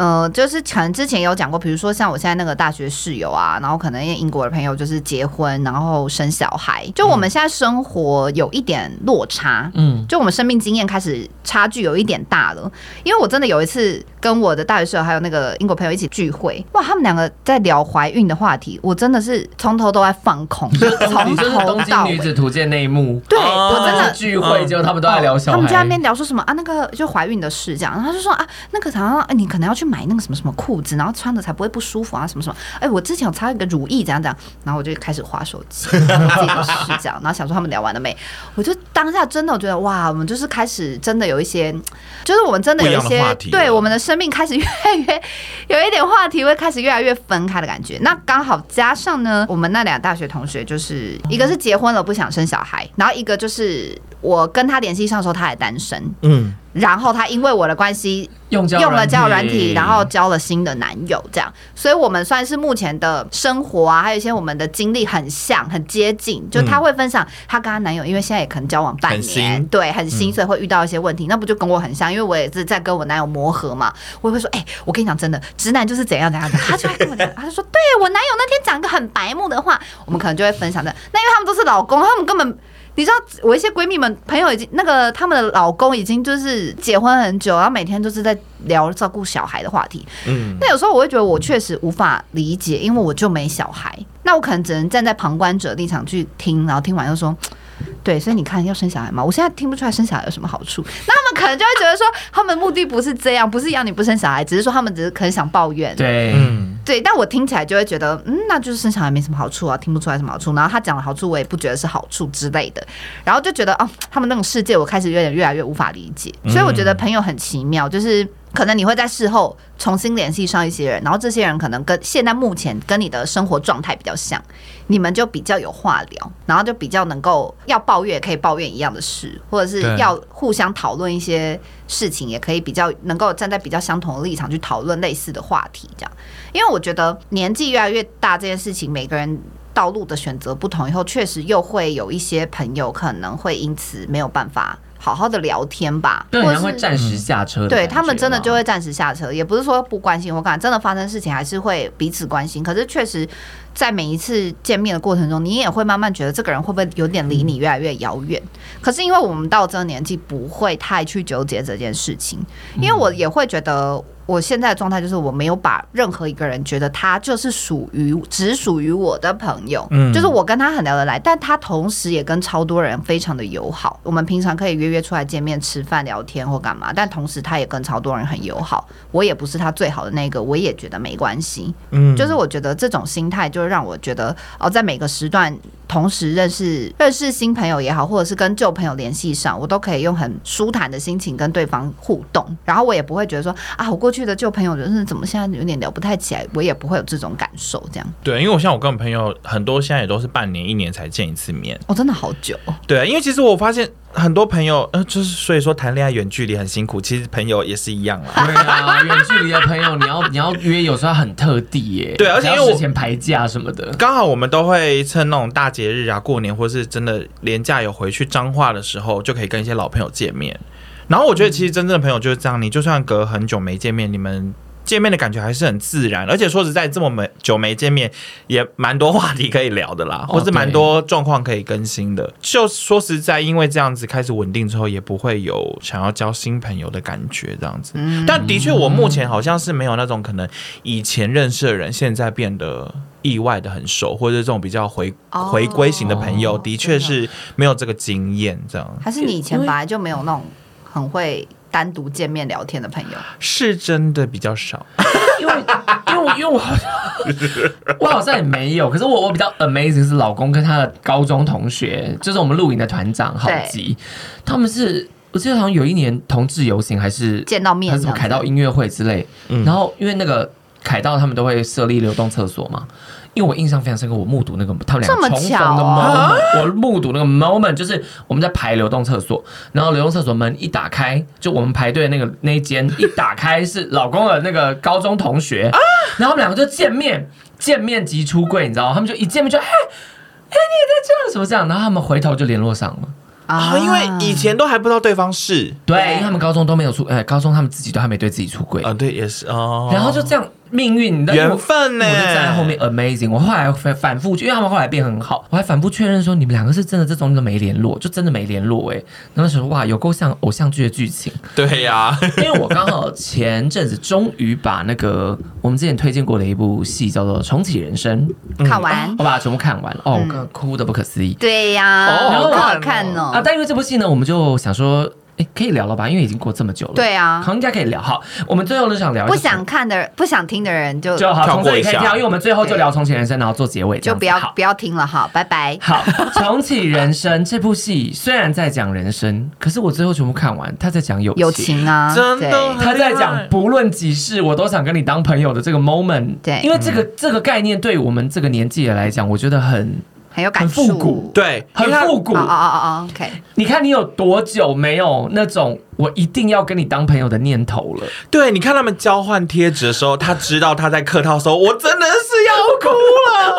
Speaker 1: 呃，就是可能之前有讲过，比如说像我现在那个大学室友啊，然后可能因为英国的朋友就是结婚，然后生小孩，就我
Speaker 3: 嗯
Speaker 1: 们现在生活有一点落差，
Speaker 2: 嗯，
Speaker 1: 就我们生命经验开始差距有一点大了。因为我真的有一次跟我的大学室友还有那个英国朋友一起聚会，哇，他们两个在聊怀孕的话题，我真的是从头都在放空，从
Speaker 2: 你就是
Speaker 1: 头
Speaker 2: 东
Speaker 1: 到
Speaker 2: 京
Speaker 1: 尾
Speaker 2: 女。子图鉴那一幕，嗯
Speaker 1: 对
Speaker 3: 哦
Speaker 1: 我真的哦
Speaker 2: 就是聚会，
Speaker 3: 嗯
Speaker 2: 结果他们都在聊小孩。
Speaker 1: 他们家那边聊说什么啊？那个就怀孕的事这样，然后他就说啊，那个常常、哎你可能要去买那个什么什么裤子，然后穿的才不会不舒服啊，什么什么。哎，我之前有擦一个乳液，怎样怎样，然后我就开始划手机，然后自己的事这样，然后想说他们聊完了没？我就当下真的我觉得哇，我们就是开始真的有一些，就是我们真的有一
Speaker 3: 不一样
Speaker 1: 些
Speaker 3: 的话题了
Speaker 1: 对我们的生命开始越来越有一点话题会开始越来越分开的感觉。那刚好加上呢，我们那俩大学同学，就是一个是结婚了不想生小孩，然后一个就是我跟他联系上的时候他还单身，
Speaker 4: 嗯，
Speaker 1: 然后他因为我的关系
Speaker 2: 用交
Speaker 1: 用了交友软体，嗯
Speaker 2: 体，
Speaker 1: 然后交了新的男友，这样，所以我们算是目前的生活啊，还有一些我们的经历很像，很接近。就她会分享她跟她男友，因为现在也可能交往半
Speaker 3: 很
Speaker 1: 年
Speaker 3: 新，嗯
Speaker 1: 对，很新，所以会遇到一些问题。那不就跟我很像？因为我也是在跟我男友磨合嘛。我也会说，哎、我跟你讲真的，直男就是怎样怎样怎样。他就会跟我 讲，他就说，对我男友那天讲一个很白目的话，我们可能就会分享的。那因为他们都是老公，他们根本。你知道我一些闺蜜们、朋友已经那个她们的老公已经就是结婚很久，然后每天都是在聊照顾小孩的话题。嗯，那有时候我会觉得我确实无法理解，因为我就没小孩，那我可能只能站在旁观者的立场去听，然后听完又说。对，所以你看，要生小孩嘛？我现在听不出来生小孩有什么好处。那他们可能就会觉得说， 他们目的不是这样，不是要你不生小孩，只是说他们只是可能想抱怨。
Speaker 2: 对，
Speaker 4: 嗯，
Speaker 1: 对，但我听起来就会觉得，嗯，那就是生小孩没什么好处啊，听不出来什么好处。然后他讲的好处，我也不觉得是好处之类的。然后就觉得，哦，他们那种世界，我开始有点越来越无法理解。所以我觉得朋友很奇妙，就是可能你会在事后重新联系上一些人，然后这些人可能跟现在目前跟你的生活状态比较像，你们就比较有话聊，然后就比较能够要抱怨也可以抱怨一样的事，或者是
Speaker 3: 对
Speaker 1: 要互相讨论一些事情，也可以比较能够站在比较相同的立场去讨论类似的话题，这样。因为我觉得年纪越来越大这件事情，每个人道路的选择不同以后，确实又会有一些朋友可能会因此没有办法好好的聊天吧，
Speaker 2: 就
Speaker 1: 或
Speaker 2: 很
Speaker 1: 者
Speaker 2: 像会
Speaker 1: 是
Speaker 2: 暂时啊下车的感觉
Speaker 1: 对
Speaker 2: 嘛。
Speaker 1: 他们真的就会暂时下车，也不是说不关心我感，真的发生事情还是会彼此关心。可是确实，在每一次见面的过程中，你也会慢慢觉得这个人会不会有点离你
Speaker 2: 嗯
Speaker 1: 越来越遥远。可是因为我们到这个年纪，不会太去纠结这件事情，因为我也会觉得。我现在的状态就是我没有把任何一个人觉得他就是属于只属于我的朋友，
Speaker 4: 嗯
Speaker 1: 就是我跟他很聊得来，但他同时也跟超多人非常的友好。我们平常可以约约出来见面吃饭聊天或干嘛，但同时他也跟超多人很友好。我也不是他最好的那个，我也觉得没关系。
Speaker 4: 嗯
Speaker 1: 就是我觉得这种心态，就是让我觉得哦，在每个时段同时认识认识新朋友也好，或者是跟旧朋友联系上，我都可以用很舒坦的心情跟对方互动，然后我也不会觉得说啊，我过去的旧朋友就是怎么现在有点聊不太起来，我也不会有这种感受。这样，
Speaker 4: 对，因为我像我跟我朋友很多现在也都是半年一年才见一次面，
Speaker 1: 我、真的好久哦、
Speaker 3: 对，啊因为其实我发现很多朋友，呃，就是所以说谈恋爱远距离很辛苦，其实朋友也是一样啦。
Speaker 2: 对啊，远距离的朋友，你要你要约，有时候很特地耶。
Speaker 3: 对而且因为
Speaker 2: 还
Speaker 3: 我
Speaker 2: 要事前排假什么的，
Speaker 3: 刚好我们都会趁那种大节日啊、过年或是真的连假有回去彰化的时候，就可以跟一些老朋友见面。然后我觉得其实真正的朋友就是这样，你就算隔很久没见面，你们见面的感觉还是很自然。而且说实在，这么没久没见面，也蛮多话题可以聊的啦，
Speaker 2: 哦
Speaker 3: 或是蛮多状况可以更新的。就说实在，因为这样子开始稳定之后，也不会有想要交新朋友的感觉，这样子。嗯但的确，我目前好像是没有那种可能以前认识的人，现在变得意外的很熟，或者是这种比较回
Speaker 1: 哦
Speaker 3: 回归型的朋友，
Speaker 1: 哦
Speaker 3: 的确是没有这个经验。这样
Speaker 1: 还是你以前本来就没有那种很会单独见面聊天的朋友？
Speaker 3: 是真的比较少。
Speaker 2: 因为因为我因为我好像我好像也没有，可是我我比较 amazing 是老公跟他的高中同学，就是我们露营的团长郝吉，他们是我记得好像有一年同志游行还是
Speaker 1: 见到面
Speaker 2: 还是什么
Speaker 1: 这样子
Speaker 2: 凯道音乐会之类，然后因为那个凯道他们都会设立流动厕所嘛。因为我印象非常深刻，我目睹那个他们俩
Speaker 1: 这么
Speaker 2: 重逢的
Speaker 1: 巧啊
Speaker 2: moment，我目睹那个 moment 就是我们在排流动厕所，然后流动厕所门一打开，就我们排队的那个那一间一打开是老公的那个高中同学，
Speaker 1: 啊
Speaker 2: 然后他们两个就见面，见面即出柜，你知道吗？他们就一见面就哎哎、你也在这，什么这样，然后他们回头就联络上了。
Speaker 3: 啊，因为以前都还不知道对方是，
Speaker 2: 对，
Speaker 1: 对
Speaker 2: 呃因为他们高中都没有出，哎、高中他们自己都还没对自己出柜，
Speaker 3: 啊，对，也是哦。
Speaker 2: 然后就这样，命运的
Speaker 3: 缘分呢
Speaker 2: 我就站在后面 amazing。我后来反反复，因为他们后来变很好，我还反复确认说你们两个是真的这种都没联络，就真的没联络哎、欸。然后想说哇，有够像偶像剧的剧 情，
Speaker 3: 对呀、
Speaker 2: 因为我刚好前阵子终于把那个我们之前推荐过的一部戏叫做《重启人生》，
Speaker 3: 嗯
Speaker 1: 啊看完，
Speaker 2: 我把它全部看完了，哦，我
Speaker 1: 嗯
Speaker 2: 刚哭的不可思议。
Speaker 1: 对呀、
Speaker 3: 哦
Speaker 1: 好好
Speaker 3: 好
Speaker 1: 看
Speaker 3: 看哦
Speaker 2: 啊，
Speaker 1: 哦，
Speaker 2: 但因为这部戏呢，我们就想说，哎，可以聊了吧？因为已经过这么久了，
Speaker 1: 对啊
Speaker 2: 好像应该可以聊。好，我们最后呢想聊一下
Speaker 1: 不想看的、不想听的人就
Speaker 2: 就好，
Speaker 3: 跳
Speaker 2: 从这
Speaker 3: 过
Speaker 2: 里
Speaker 3: 一
Speaker 2: 可以
Speaker 3: 下
Speaker 2: 跳，因为我们最后就聊《重启人生》，然后做结尾这
Speaker 1: 就
Speaker 2: 样子，
Speaker 1: 不要
Speaker 2: 好。
Speaker 1: 不要听了哈，拜拜。
Speaker 2: 好， 《重启人生》这部戏虽然在讲人生，可是我最后全部看完，他在讲友
Speaker 1: 友情啊，
Speaker 3: 真
Speaker 1: 对啊
Speaker 3: 的
Speaker 2: 他在讲不论几世，我都想跟你当朋友的这个 moment。
Speaker 1: 对
Speaker 2: 因为这个这个概念对我们这个年纪的来讲，我觉得很
Speaker 1: 很有感
Speaker 2: 很
Speaker 1: 触，
Speaker 2: 复古
Speaker 3: 对，
Speaker 2: 很复古
Speaker 1: 哦。哦哦哦，OK，
Speaker 2: 你看你有多久没有那种我一定要跟你当朋友的念头了？
Speaker 3: 对，你看他们交换贴纸的时候，他知道他在客套的时候，我真的是要哭 了。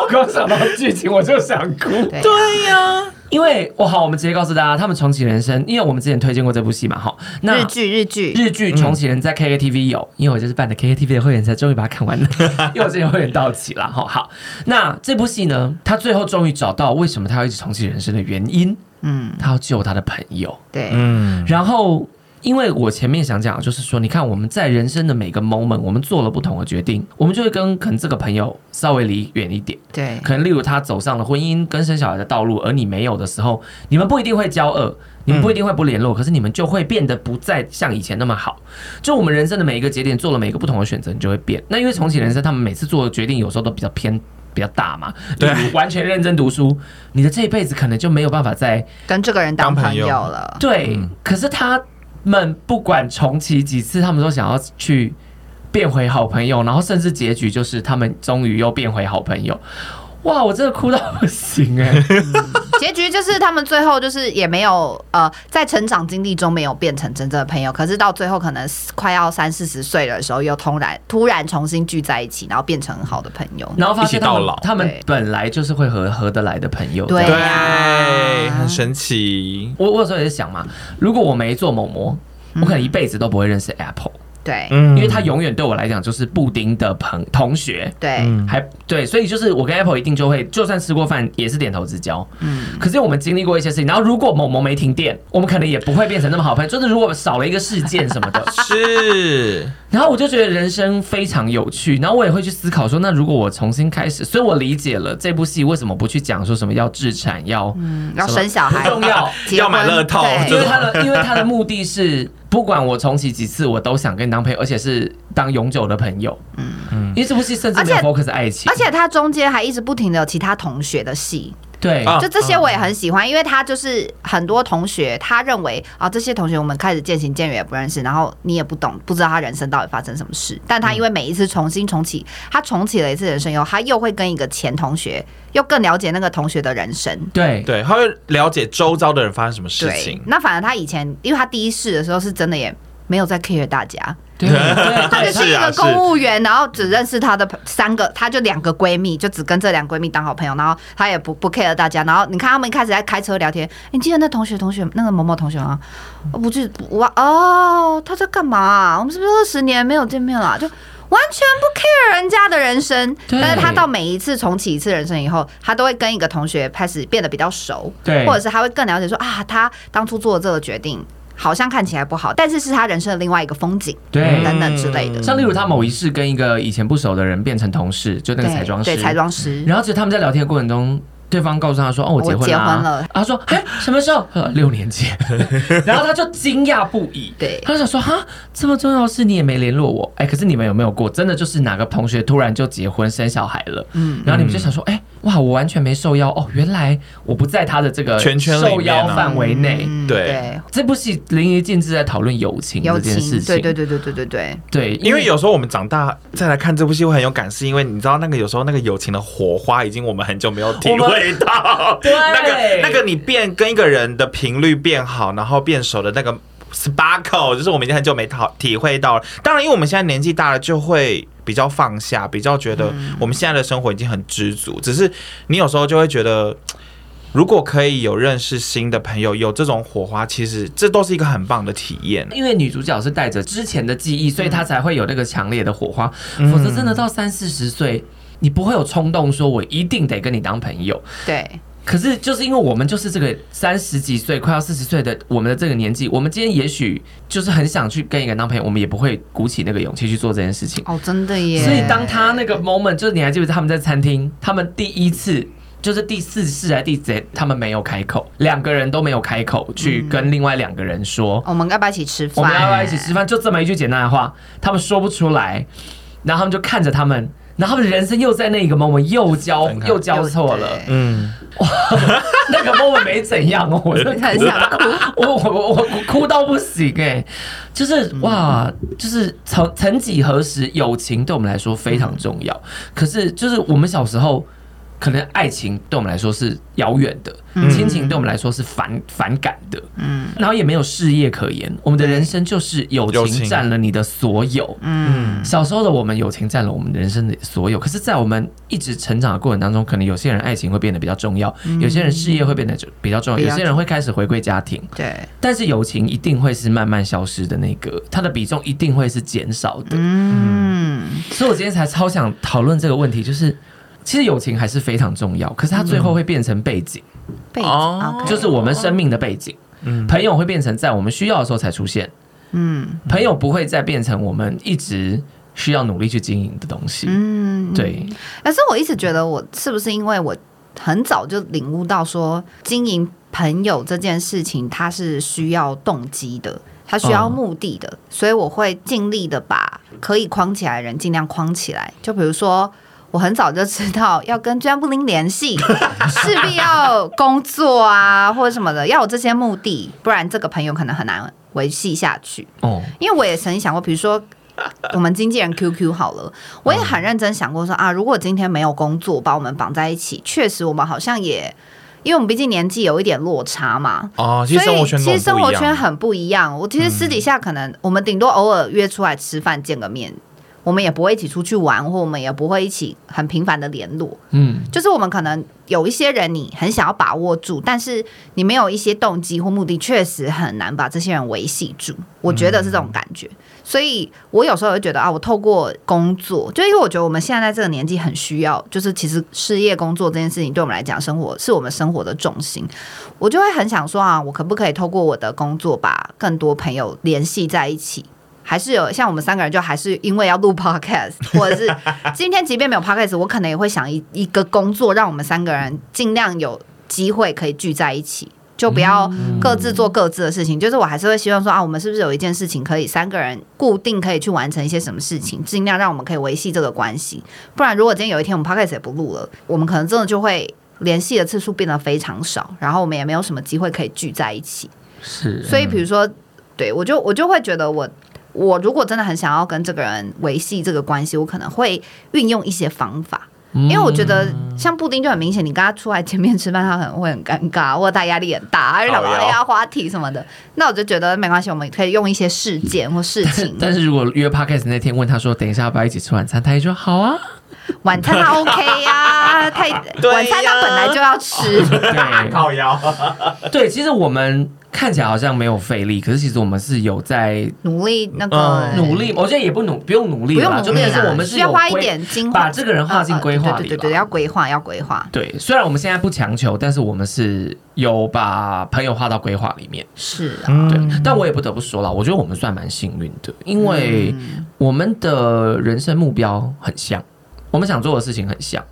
Speaker 2: 我刚想到剧情我就想哭，
Speaker 1: 对
Speaker 3: 对呀、
Speaker 2: 因为我好，我们直接告诉大家，他们重启人生，因为我们之前推荐过这部戏嘛，哈，那
Speaker 1: 日剧日剧，
Speaker 2: 日剧《重启人》在 KKTV 有，因为我就是办的 KKTV 的会员才终于把它看完了，因为我之前会员到期了。哈，好，那这部戏呢，他最后终于找到为什么他要一直重启人生的原因，
Speaker 1: 嗯，
Speaker 2: 他要救他的朋友。
Speaker 1: 对，
Speaker 3: 嗯，
Speaker 2: 然后，因为我前面想讲的就是说，你看我们在人生的每个 moment，我们做了不同的决定，我们就会跟可能这个朋友稍微离远一点。
Speaker 1: 对，
Speaker 2: 可能例如他走上了婚姻跟生小孩的道路，而你没有的时候，你们不一定会交恶，你们不一定会不联络，可是你们就会变得不再像以前那么好。就我们人生的每一个节点，做了每一个不同的选择，你就会变。那因为重启人生，他们每次做的决定有时候都比较偏。比较大嘛，
Speaker 3: 对，
Speaker 2: 完全认真读书，你的这一辈子可能就没有办法再
Speaker 1: 跟这个人当
Speaker 3: 当
Speaker 1: 朋
Speaker 3: 朋友
Speaker 1: 友了，
Speaker 2: 对。
Speaker 3: 嗯
Speaker 2: 可是他们不管重启几次，他们都想要去变回好朋友，然后甚至结局就是他们终于又变回好朋友。哇，我真的哭到不行 哎、
Speaker 1: 结局就是他们最后就是也没有呃，在成长经历中没有变成真正的朋友，可是到最后可能快要三四十岁的时候，又突然突然重新聚在一起，然后变成很好的朋友。
Speaker 2: 然后发现他
Speaker 3: 一起到
Speaker 2: 们
Speaker 3: 老
Speaker 2: 他们
Speaker 1: 对
Speaker 2: 本来就是会合合得来的朋友。
Speaker 1: 对
Speaker 3: 对
Speaker 1: 呀，
Speaker 3: 很神奇。
Speaker 2: 我我有时候也在想嘛，如果我没做某模，我
Speaker 1: 嗯
Speaker 2: 可能一辈子都不会认识 Apple，、
Speaker 1: 对
Speaker 3: 嗯
Speaker 2: 因为他永远对我来讲就是布丁的朋同学。
Speaker 1: 对，
Speaker 2: 还对，所以就是我跟 Apple 一定就会，就算吃过饭也是点头之交。嗯，可是我们经历过一些事情，然后如果某某没停电，我们可能也不会变成那么好朋友。就是如果少了一个事件什么的，
Speaker 3: 是，
Speaker 2: 然后我就觉得人生非常有趣，然后我也会去思考说，那如果我重新开始，所以我理解了这部戏为什么不去讲说什么要自产，要、
Speaker 1: 要生小孩
Speaker 2: 嗯
Speaker 1: 呃
Speaker 2: 不重要，
Speaker 1: 结婚
Speaker 3: 要买乐透
Speaker 1: 对
Speaker 2: 因为
Speaker 3: 这种
Speaker 2: 他的因为他的目的是，不管我重启几次，我都想跟你当朋友，而且是当永久的朋友。嗯嗯，因为这部戏甚至没有
Speaker 1: 而且
Speaker 2: focus 爱情，
Speaker 1: 而且他中间还一直不停的有其他同学的戏，
Speaker 2: 对
Speaker 3: 啊
Speaker 1: 就这些我也很喜欢，因为他就是很多同学，他认为啊这些同学我们开始渐行渐远，也不认识，然后你也不懂，不知道他人生到底发生什么事。但
Speaker 3: 嗯
Speaker 1: 他因为每一次重新重启，他重启了一次人生以后，他又会跟一个前同学，又更了解那个同学的人生。
Speaker 2: 对
Speaker 3: 对，他会了解周遭的人发生什么事
Speaker 1: 对
Speaker 3: 情，。
Speaker 1: 那反而他以前，因为他第一世的时候是真的也没有在 care 大家，
Speaker 2: 对对
Speaker 1: 她
Speaker 2: 对
Speaker 1: 就是一
Speaker 3: 是
Speaker 1: 个
Speaker 3: 啊
Speaker 1: 公务员，然后只认识她的朋三个，她就两个闺蜜，就只跟这两个闺蜜当好朋友，然后她也不不 care 大家。然后你看他们一开始在开车聊天，哎你记得那同学同学那个某某同学吗？哦不记不哇哦，他在干嘛啊、我们是不是二十年没有见面了啊、就。完全不 care 人家的人生，
Speaker 2: 对
Speaker 1: 但是他到每一次重启一次人生以后，他都会跟一个同学开始变得比较熟，
Speaker 2: 对
Speaker 1: 或者是他会更了解说啊，他当初做的这个决定好像看起来不好，但是是他人生的另外一个风景，
Speaker 2: 对
Speaker 1: 等等之类的。
Speaker 2: 像例如他某一世跟一个以前不熟的人变成同事，就那个
Speaker 1: 对
Speaker 2: 彩妆师，
Speaker 1: 对彩妆师，
Speaker 2: 然后就他们在聊天的过程中，对方告诉他说：“哦，我结
Speaker 1: 我
Speaker 2: 婚
Speaker 1: 结
Speaker 2: 了啊。
Speaker 1: 婚了
Speaker 2: 啊他说：“哎，什么时候？呃六年 前。”然后他就惊讶不已，
Speaker 1: 对
Speaker 2: 他就想说：“哈，这么重要的事你也没联络我？哎，可是你们有没有过？真的就是哪个同学突然就结婚生小孩了？嗯，然后你们就想说：哎，哇，我完全没受邀哦，原来我不在他的这个
Speaker 3: 圈圈里面啊
Speaker 2: 受邀范围内。
Speaker 1: 嗯
Speaker 3: 对
Speaker 2: 这部戏淋漓尽致在讨论友情
Speaker 1: 友
Speaker 2: 这件事
Speaker 1: 情，
Speaker 2: 情，
Speaker 1: 对对对对对对对，
Speaker 2: 对，
Speaker 3: 因为有时候我们长大再来看这部戏会很有感，是因为你知道那个有时候那个友情的火花已经我们很久没有体
Speaker 2: 我们
Speaker 3: 会 到，
Speaker 2: 对
Speaker 3: 那个那个你变跟一个人的频率变好，然后变熟的那个 sparkle，就是我们已经很久没讨体会到了。当然，因为我们现在年纪大了，就会比较放
Speaker 1: 嗯
Speaker 3: 下，比较觉得我们现在的生活已经很知足。只是你有时候就会觉得。如果可以有认识新的朋友，有这种火花，其实这都是一个很棒的体验。
Speaker 2: 因为女主角是带着之前的记忆，所以她才会有那个强烈的火花。否则真的到三四十岁，你不会有冲动说我一定得跟你当朋友。
Speaker 1: 对，
Speaker 2: 可是就是因为我们就是这个三十几岁、快要四十岁的我们的这个年纪，我们今天也许就是很想去跟一个人当朋友，我们也不会鼓起那个勇气去做这件事情。
Speaker 1: 哦，真的耶。
Speaker 2: 所以当他那个 moment，就是你还记不记得他们在餐厅，他们第一次。就是第四次还是第几次，他们没有开口，两个人都没有开口去跟另外两个人说，
Speaker 1: 我们要不要一起吃
Speaker 2: 我
Speaker 1: 饭？
Speaker 2: 们要不要一起吃饭？就这么一句简单的话，他们说不出来，然后他们就看着他们，然后他们人生又在那一个 moment 又交又交错了，
Speaker 1: 对
Speaker 3: 嗯，
Speaker 2: 那个 moment 没怎样哦，我真的
Speaker 1: 很想哭。
Speaker 2: 我我我我哭到不行哎、就是哇，就是曾曾几何时，友情对我们来说非常重要，可是就是我们小时候。可能爱情对我们来说是遥远的，亲、情对我们来说是反反感的，嗯，然后也没有事业可言，我们的人生就是友
Speaker 3: 友
Speaker 2: 情
Speaker 3: 情
Speaker 2: 占了你的所有，嗯，小时候的我们友情占了我们人生的所有，可是，在我们一直成长的过程当中，可能有些人爱情会变得比较重要，有些人事业会变得比较重要，
Speaker 1: 比较
Speaker 2: 有些人会开始回归家庭，
Speaker 1: 对，
Speaker 2: 但是友情一定会是慢慢消失的那个，它的比重一定会是减少的。
Speaker 1: 嗯，
Speaker 2: 所以我今天才超想讨论这个问题，就是其实友情还是非常重要，可是它最后会变成背景，
Speaker 1: 背景、
Speaker 4: 哦
Speaker 1: OK
Speaker 2: 就是我们生命的背景。朋友会变成在我们需要的时候才出现，
Speaker 1: 嗯
Speaker 2: 朋友不会再变成我们一直需要努力去经营的东西。
Speaker 1: 嗯，
Speaker 2: 对，
Speaker 1: 可是我一直觉得，我是不是因为我很早就领悟到说，经营朋友这件事情，它是需要动机的，它需要
Speaker 2: 嗯
Speaker 1: 目的的，所以我会尽力的把可以框起来的人尽量框起来。就比如说。我很早就知道要跟娟布林联系，势必要工作啊或者什么的，要有这些目的，不然这个朋友可能很难维系下去。
Speaker 2: 哦，
Speaker 1: 因为我也曾想过，比如 说我们经纪人 QQ 好了，我也很认真想过说啊，如果今天没有工作把我们绑在一起，确实我们好像也，因为我们毕竟年纪有一点落差嘛。
Speaker 3: 哦，其
Speaker 1: 所
Speaker 3: 实生活
Speaker 1: 以
Speaker 3: 圈
Speaker 1: 其实
Speaker 3: 跟
Speaker 1: 生
Speaker 3: 我
Speaker 1: 活
Speaker 3: 们不一
Speaker 1: 圈
Speaker 3: 样。嗯
Speaker 1: 很不一样。我其实私底下可能我们顶多偶尔约出来吃饭见个面，我们也不会一起出去玩，或我们也不会一起很频繁的联络。
Speaker 2: 嗯，
Speaker 1: 就是我们可能有一些人你很想要把握住，但是你没有一些动机或目的，确实很难把这些人维系住。我觉得是这种感觉，所以我有时候会觉得啊，我透过工作，就因为我觉得我们现在在这个年纪很需要，就是其实事业工作这件事情对我们来讲，生活是我们生活的重心。我就会很想说啊，我可不可以透过我的工作把更多朋友联系在一起？还是有像我们三个人，就还是因为要录 podcast，或者是 今天即便没有 podcast，我可能也会想一一个工作，让我们三个人尽量有机会可以聚在一起，就不要各自做各自的事情。就是我还是会希望说啊，我们是不是有一件事情可以三个人固定可以去完成一些什么事情，尽量让我们可以维系这个关系。不然，如果今天有一天我们 podcast 也不录了，我们可能真的就会联系的次数变得非常少，然后我们也没有什么机会可以聚在一起。
Speaker 2: 是，。
Speaker 1: 所以比如说，对我就我就会觉得我。我如果真的很想要跟这个人维系这个关系，我可能会运用一些方法，因为我觉得像布丁就很明显，你跟他出来见面吃饭，他可能会很 尴尬，或者他压力很大，而且什么
Speaker 3: 好呀
Speaker 1: 哎呀滑梯什么的。那我就觉得没关系，我们可以用一些事件或事情
Speaker 2: 但是如果约 podcast 那天问他说，等一下要不要一起吃晚餐，他也说好啊。
Speaker 1: 晚餐 他 OK 呀、太
Speaker 3: 对呀
Speaker 1: 晚餐他本来就要吃，
Speaker 2: 对，
Speaker 3: 靠腰，
Speaker 2: 对，其实我们看起来好像没有费力，可是其实我们是有在
Speaker 1: 努力那个哎
Speaker 3: 嗯
Speaker 2: 努力。我觉得也不努，不用努力
Speaker 1: 不
Speaker 2: 啦，
Speaker 1: 用努
Speaker 2: 就
Speaker 1: 力
Speaker 2: 变成是
Speaker 1: 啦
Speaker 2: 我们是
Speaker 1: 需要
Speaker 2: 有
Speaker 1: 花一
Speaker 2: 规
Speaker 1: 点精
Speaker 2: 把这个人划进规划
Speaker 1: 呃对
Speaker 2: 里
Speaker 1: 对对对，
Speaker 2: 吧
Speaker 1: 要规划，要规划。
Speaker 2: 对，虽然我们现在不强求，但是我们是有把朋友划到规划里面。
Speaker 1: 是啊，
Speaker 3: 嗯
Speaker 2: 对，但我也不得不说了，我觉得我们算蛮幸运的，因
Speaker 1: 嗯
Speaker 2: 为我们的人生目标很像，我们想做的事情很像，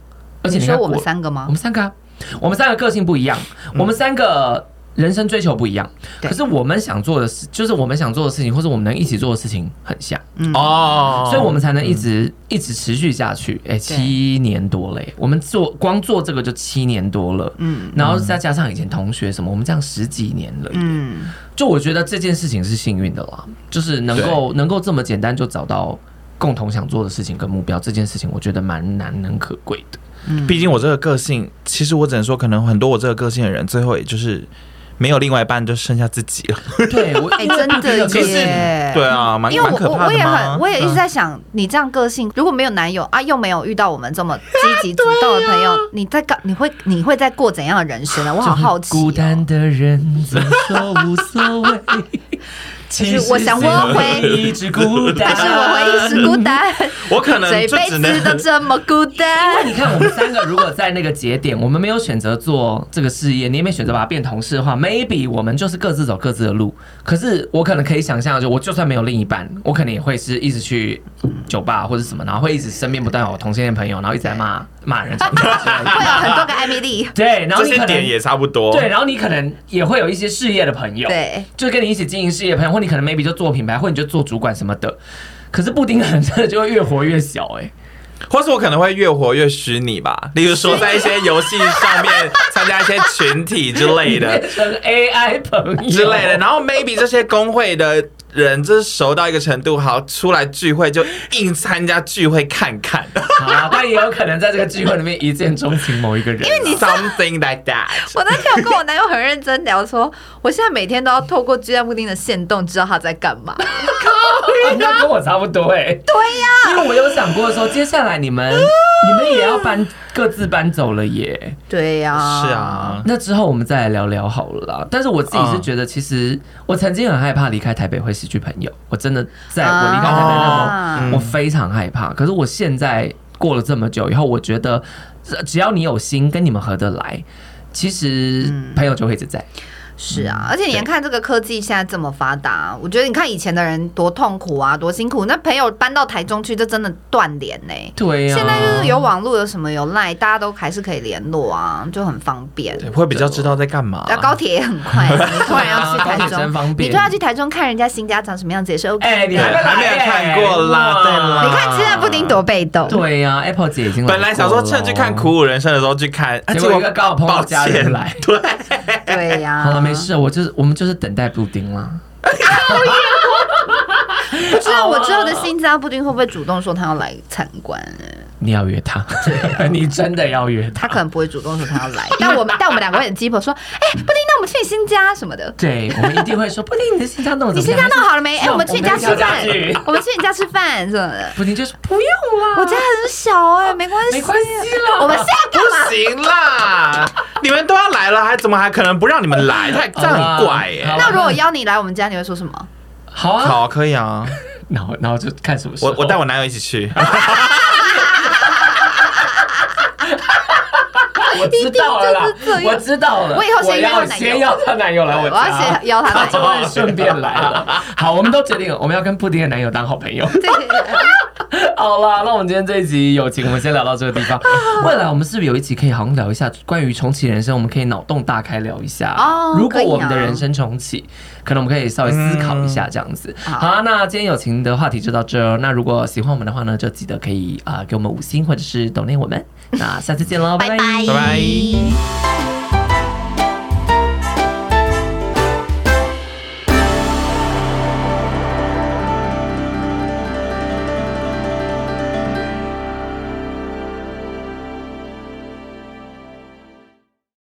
Speaker 2: 而且
Speaker 1: 你
Speaker 2: 你
Speaker 1: 说
Speaker 2: 看
Speaker 1: 我们
Speaker 2: 国
Speaker 1: 三个
Speaker 2: 我
Speaker 1: 吗
Speaker 2: 们？三个、啊，我们三个个性不一样，我们三个人生追求不一样，
Speaker 1: 对
Speaker 2: 可是我们想做的事，就是我们想做的事情，或者我们能一起做的事情很像，
Speaker 1: 嗯
Speaker 3: 哦，
Speaker 2: 所以我们才能一直、一直持续下去。哎、七年多嘞，我们做光做这个就七年多了，嗯，然后再加上以前同学什么，我们这样十几年了，
Speaker 1: 嗯，
Speaker 2: 就我觉得这件事情是幸运的啦，就是能够能够这么简单就找到共同想做的事情跟目标，这件事情我觉得蛮难能可贵的。
Speaker 1: 嗯
Speaker 3: 毕竟我这个个性，其实我只能说，可能很多我这个个性的人，最后也就是没有另外一半就剩下自己了。
Speaker 2: 对，我
Speaker 1: 哎、真 的
Speaker 2: 其实
Speaker 1: 耶，
Speaker 3: 对。啊，蛮
Speaker 1: 因为
Speaker 3: 蛮
Speaker 1: 我
Speaker 3: 可
Speaker 1: 我
Speaker 3: 怕
Speaker 1: 我
Speaker 3: 的
Speaker 1: 也
Speaker 3: 嘛。
Speaker 1: 很我也一直
Speaker 3: 嗯
Speaker 1: 在想，你这样个性，如果没有男友啊，又没有遇到我们这么积极主动的朋 友，你在干你会你会在过怎样的人生呢？我好好奇、哦。
Speaker 2: 孤单的人总说无所 谓。其实
Speaker 1: 我想我会
Speaker 2: 一直孤单，
Speaker 1: 但是我会一直孤单，
Speaker 3: 我可能
Speaker 1: 这
Speaker 3: 就
Speaker 1: 辈
Speaker 3: 只能
Speaker 1: 子都这么孤
Speaker 2: 那
Speaker 1: 单。
Speaker 2: 你看，我们三个如果在那个节点，我们没有选择做这个事业，你也没选择把它变同事的话，maybe 我们就是各自走各自的路。可是我可能可以想象，就我就算没有另一半，我可能也会是一直去酒吧或者什么，然后会一直身边不但有同性恋朋友，然后一直在骂骂人什么之类的。
Speaker 1: 会有很多个艾米 丽，
Speaker 2: 对，然后 你
Speaker 3: 这
Speaker 2: 可
Speaker 3: 些
Speaker 2: 能
Speaker 3: 点也差不多。
Speaker 2: 对，然后你可能也会有一些事业的朋友，
Speaker 1: 对，
Speaker 2: 就跟你一起经营事业的朋友，或你可能 maybe 就做品牌，或你就做主管什么的。可是布丁可能真的就会越活越小哎、
Speaker 3: 或是我可能会越活越虚拟 吧，例如说在一些游戏上面参加一些群体之类 的
Speaker 2: 变成 AI 朋友
Speaker 3: 之类的，然后 maybe 这些工会的人就是熟到一个程度，好出来聚会就硬参加聚会看 看
Speaker 2: 好啦，但也有可能在这个聚会里面一见钟情某一个人，因为
Speaker 3: ，something like that。
Speaker 1: 我那天有跟我男友很认真聊说，我现在每天都要透过鸡蛋布丁的线动知道他在干嘛。
Speaker 2: 你要哦跟我差不多哎、
Speaker 1: 啊对呀、
Speaker 2: 因为我有想过说，接下来你们你们也要搬各自搬走了耶，
Speaker 1: 对呀、
Speaker 3: 是，啊，
Speaker 2: 那之后我们再来聊聊好了啦。但是我自己是觉得，其实我曾经很害怕离开台北会失去朋友，我真的在我离开台北那种。
Speaker 1: 啊
Speaker 3: 嗯
Speaker 2: 我非常害怕。可是我现在过了这么久以后，我觉得呃只要你有心，跟你们合得来，其实
Speaker 1: 嗯
Speaker 2: 朋友就会一直在。
Speaker 1: 是啊，
Speaker 2: 嗯
Speaker 1: 而且你看这个科技现在这么发达，我觉得你看以前的人多痛苦啊，多辛苦。那朋友搬到台中去，这真的断联呢、
Speaker 2: 对呀、
Speaker 1: 现在就是有网络，有什么有赖，大家都还是可以联络啊，就很方便。
Speaker 3: 对，会比较知道在干嘛。
Speaker 1: 那高铁也很快，啊 你突然要去台
Speaker 2: 高铁真
Speaker 1: 中
Speaker 2: 方，便
Speaker 1: 你突然要去台中看人家新家长什么样子也是 OK 的。
Speaker 2: 哎、你还没
Speaker 3: 还没有
Speaker 2: 来耶
Speaker 3: 看过啦
Speaker 2: 哇
Speaker 3: 对啦
Speaker 1: 你看鸡蛋布丁多被动，
Speaker 2: 对呀、a p p l e 姐已经
Speaker 3: 本来想说趁去看《
Speaker 2: 哭，
Speaker 3: 苦武人生》的时候去看，啊
Speaker 2: 结果一个刚好碰到
Speaker 3: 抱
Speaker 2: 家人
Speaker 3: 歉
Speaker 2: 来。
Speaker 3: 对，
Speaker 1: 对呀、
Speaker 2: 好了，没事，我就是我们就是等待布丁啦。
Speaker 1: 不知道我之后的新家布丁会不会主动说他要来参观、欸
Speaker 2: 你要约 他，你真的要约
Speaker 1: 他可能不会主动说他要 来，但我们但我们两个会很鸡婆说，哎、布丁，那我们去你新家什么的。
Speaker 2: 对，我们一定会说布丁，你的新家弄得
Speaker 1: 你
Speaker 2: 怎么
Speaker 1: 新
Speaker 2: 样
Speaker 1: 家弄好了没？哎、
Speaker 2: 是
Speaker 1: 我们去你家吃饭
Speaker 2: 我们去，
Speaker 1: 我们去你家吃饭什么的。
Speaker 2: 布丁就是不用啦，
Speaker 1: 我家很小哎、没关系，
Speaker 2: 没关系啦，
Speaker 1: 我们现在干嘛？
Speaker 3: 不行啦， 你们都要来了，还怎么还可能不让你们来？太这样很怪耶
Speaker 2: 好。啦
Speaker 1: 那如果邀你来我们家，你会说什么？
Speaker 2: 好啊，
Speaker 3: 好，可以啊，
Speaker 2: 然后然后就看什么时候。
Speaker 3: 我我带我男友一起去。
Speaker 2: 我知道了啦
Speaker 1: 一定就是这，样
Speaker 2: 我知道了。
Speaker 1: 我以后先约
Speaker 2: 要
Speaker 1: 我男友
Speaker 2: 先要她男友来我
Speaker 1: 我
Speaker 2: 家，
Speaker 1: 要先邀她
Speaker 2: 他
Speaker 1: 男
Speaker 2: 就
Speaker 1: 友。
Speaker 2: 会顺便来了。好，我们都决定了，我们要跟布丁的男友当好朋友。
Speaker 1: 对对 对
Speaker 2: 好啦，那我们今天这一集友情，我们先聊到这个地 方。未来我们是不是有一集可以好像聊一下关于重启人生？我们可以脑洞大开聊一下。
Speaker 1: 哦
Speaker 2: 如果我们
Speaker 1: 可
Speaker 2: 的
Speaker 1: 以啊
Speaker 2: 人生重启，可能我们可以稍微思考一下这样子。好啊，那今天友情的话题就到这儿。那如果喜欢我们的话呢，就记得可以啊、呃给我们五星或者是抖内我们。那下次见喽，拜
Speaker 1: 拜拜
Speaker 3: 拜拜。
Speaker 1: 拜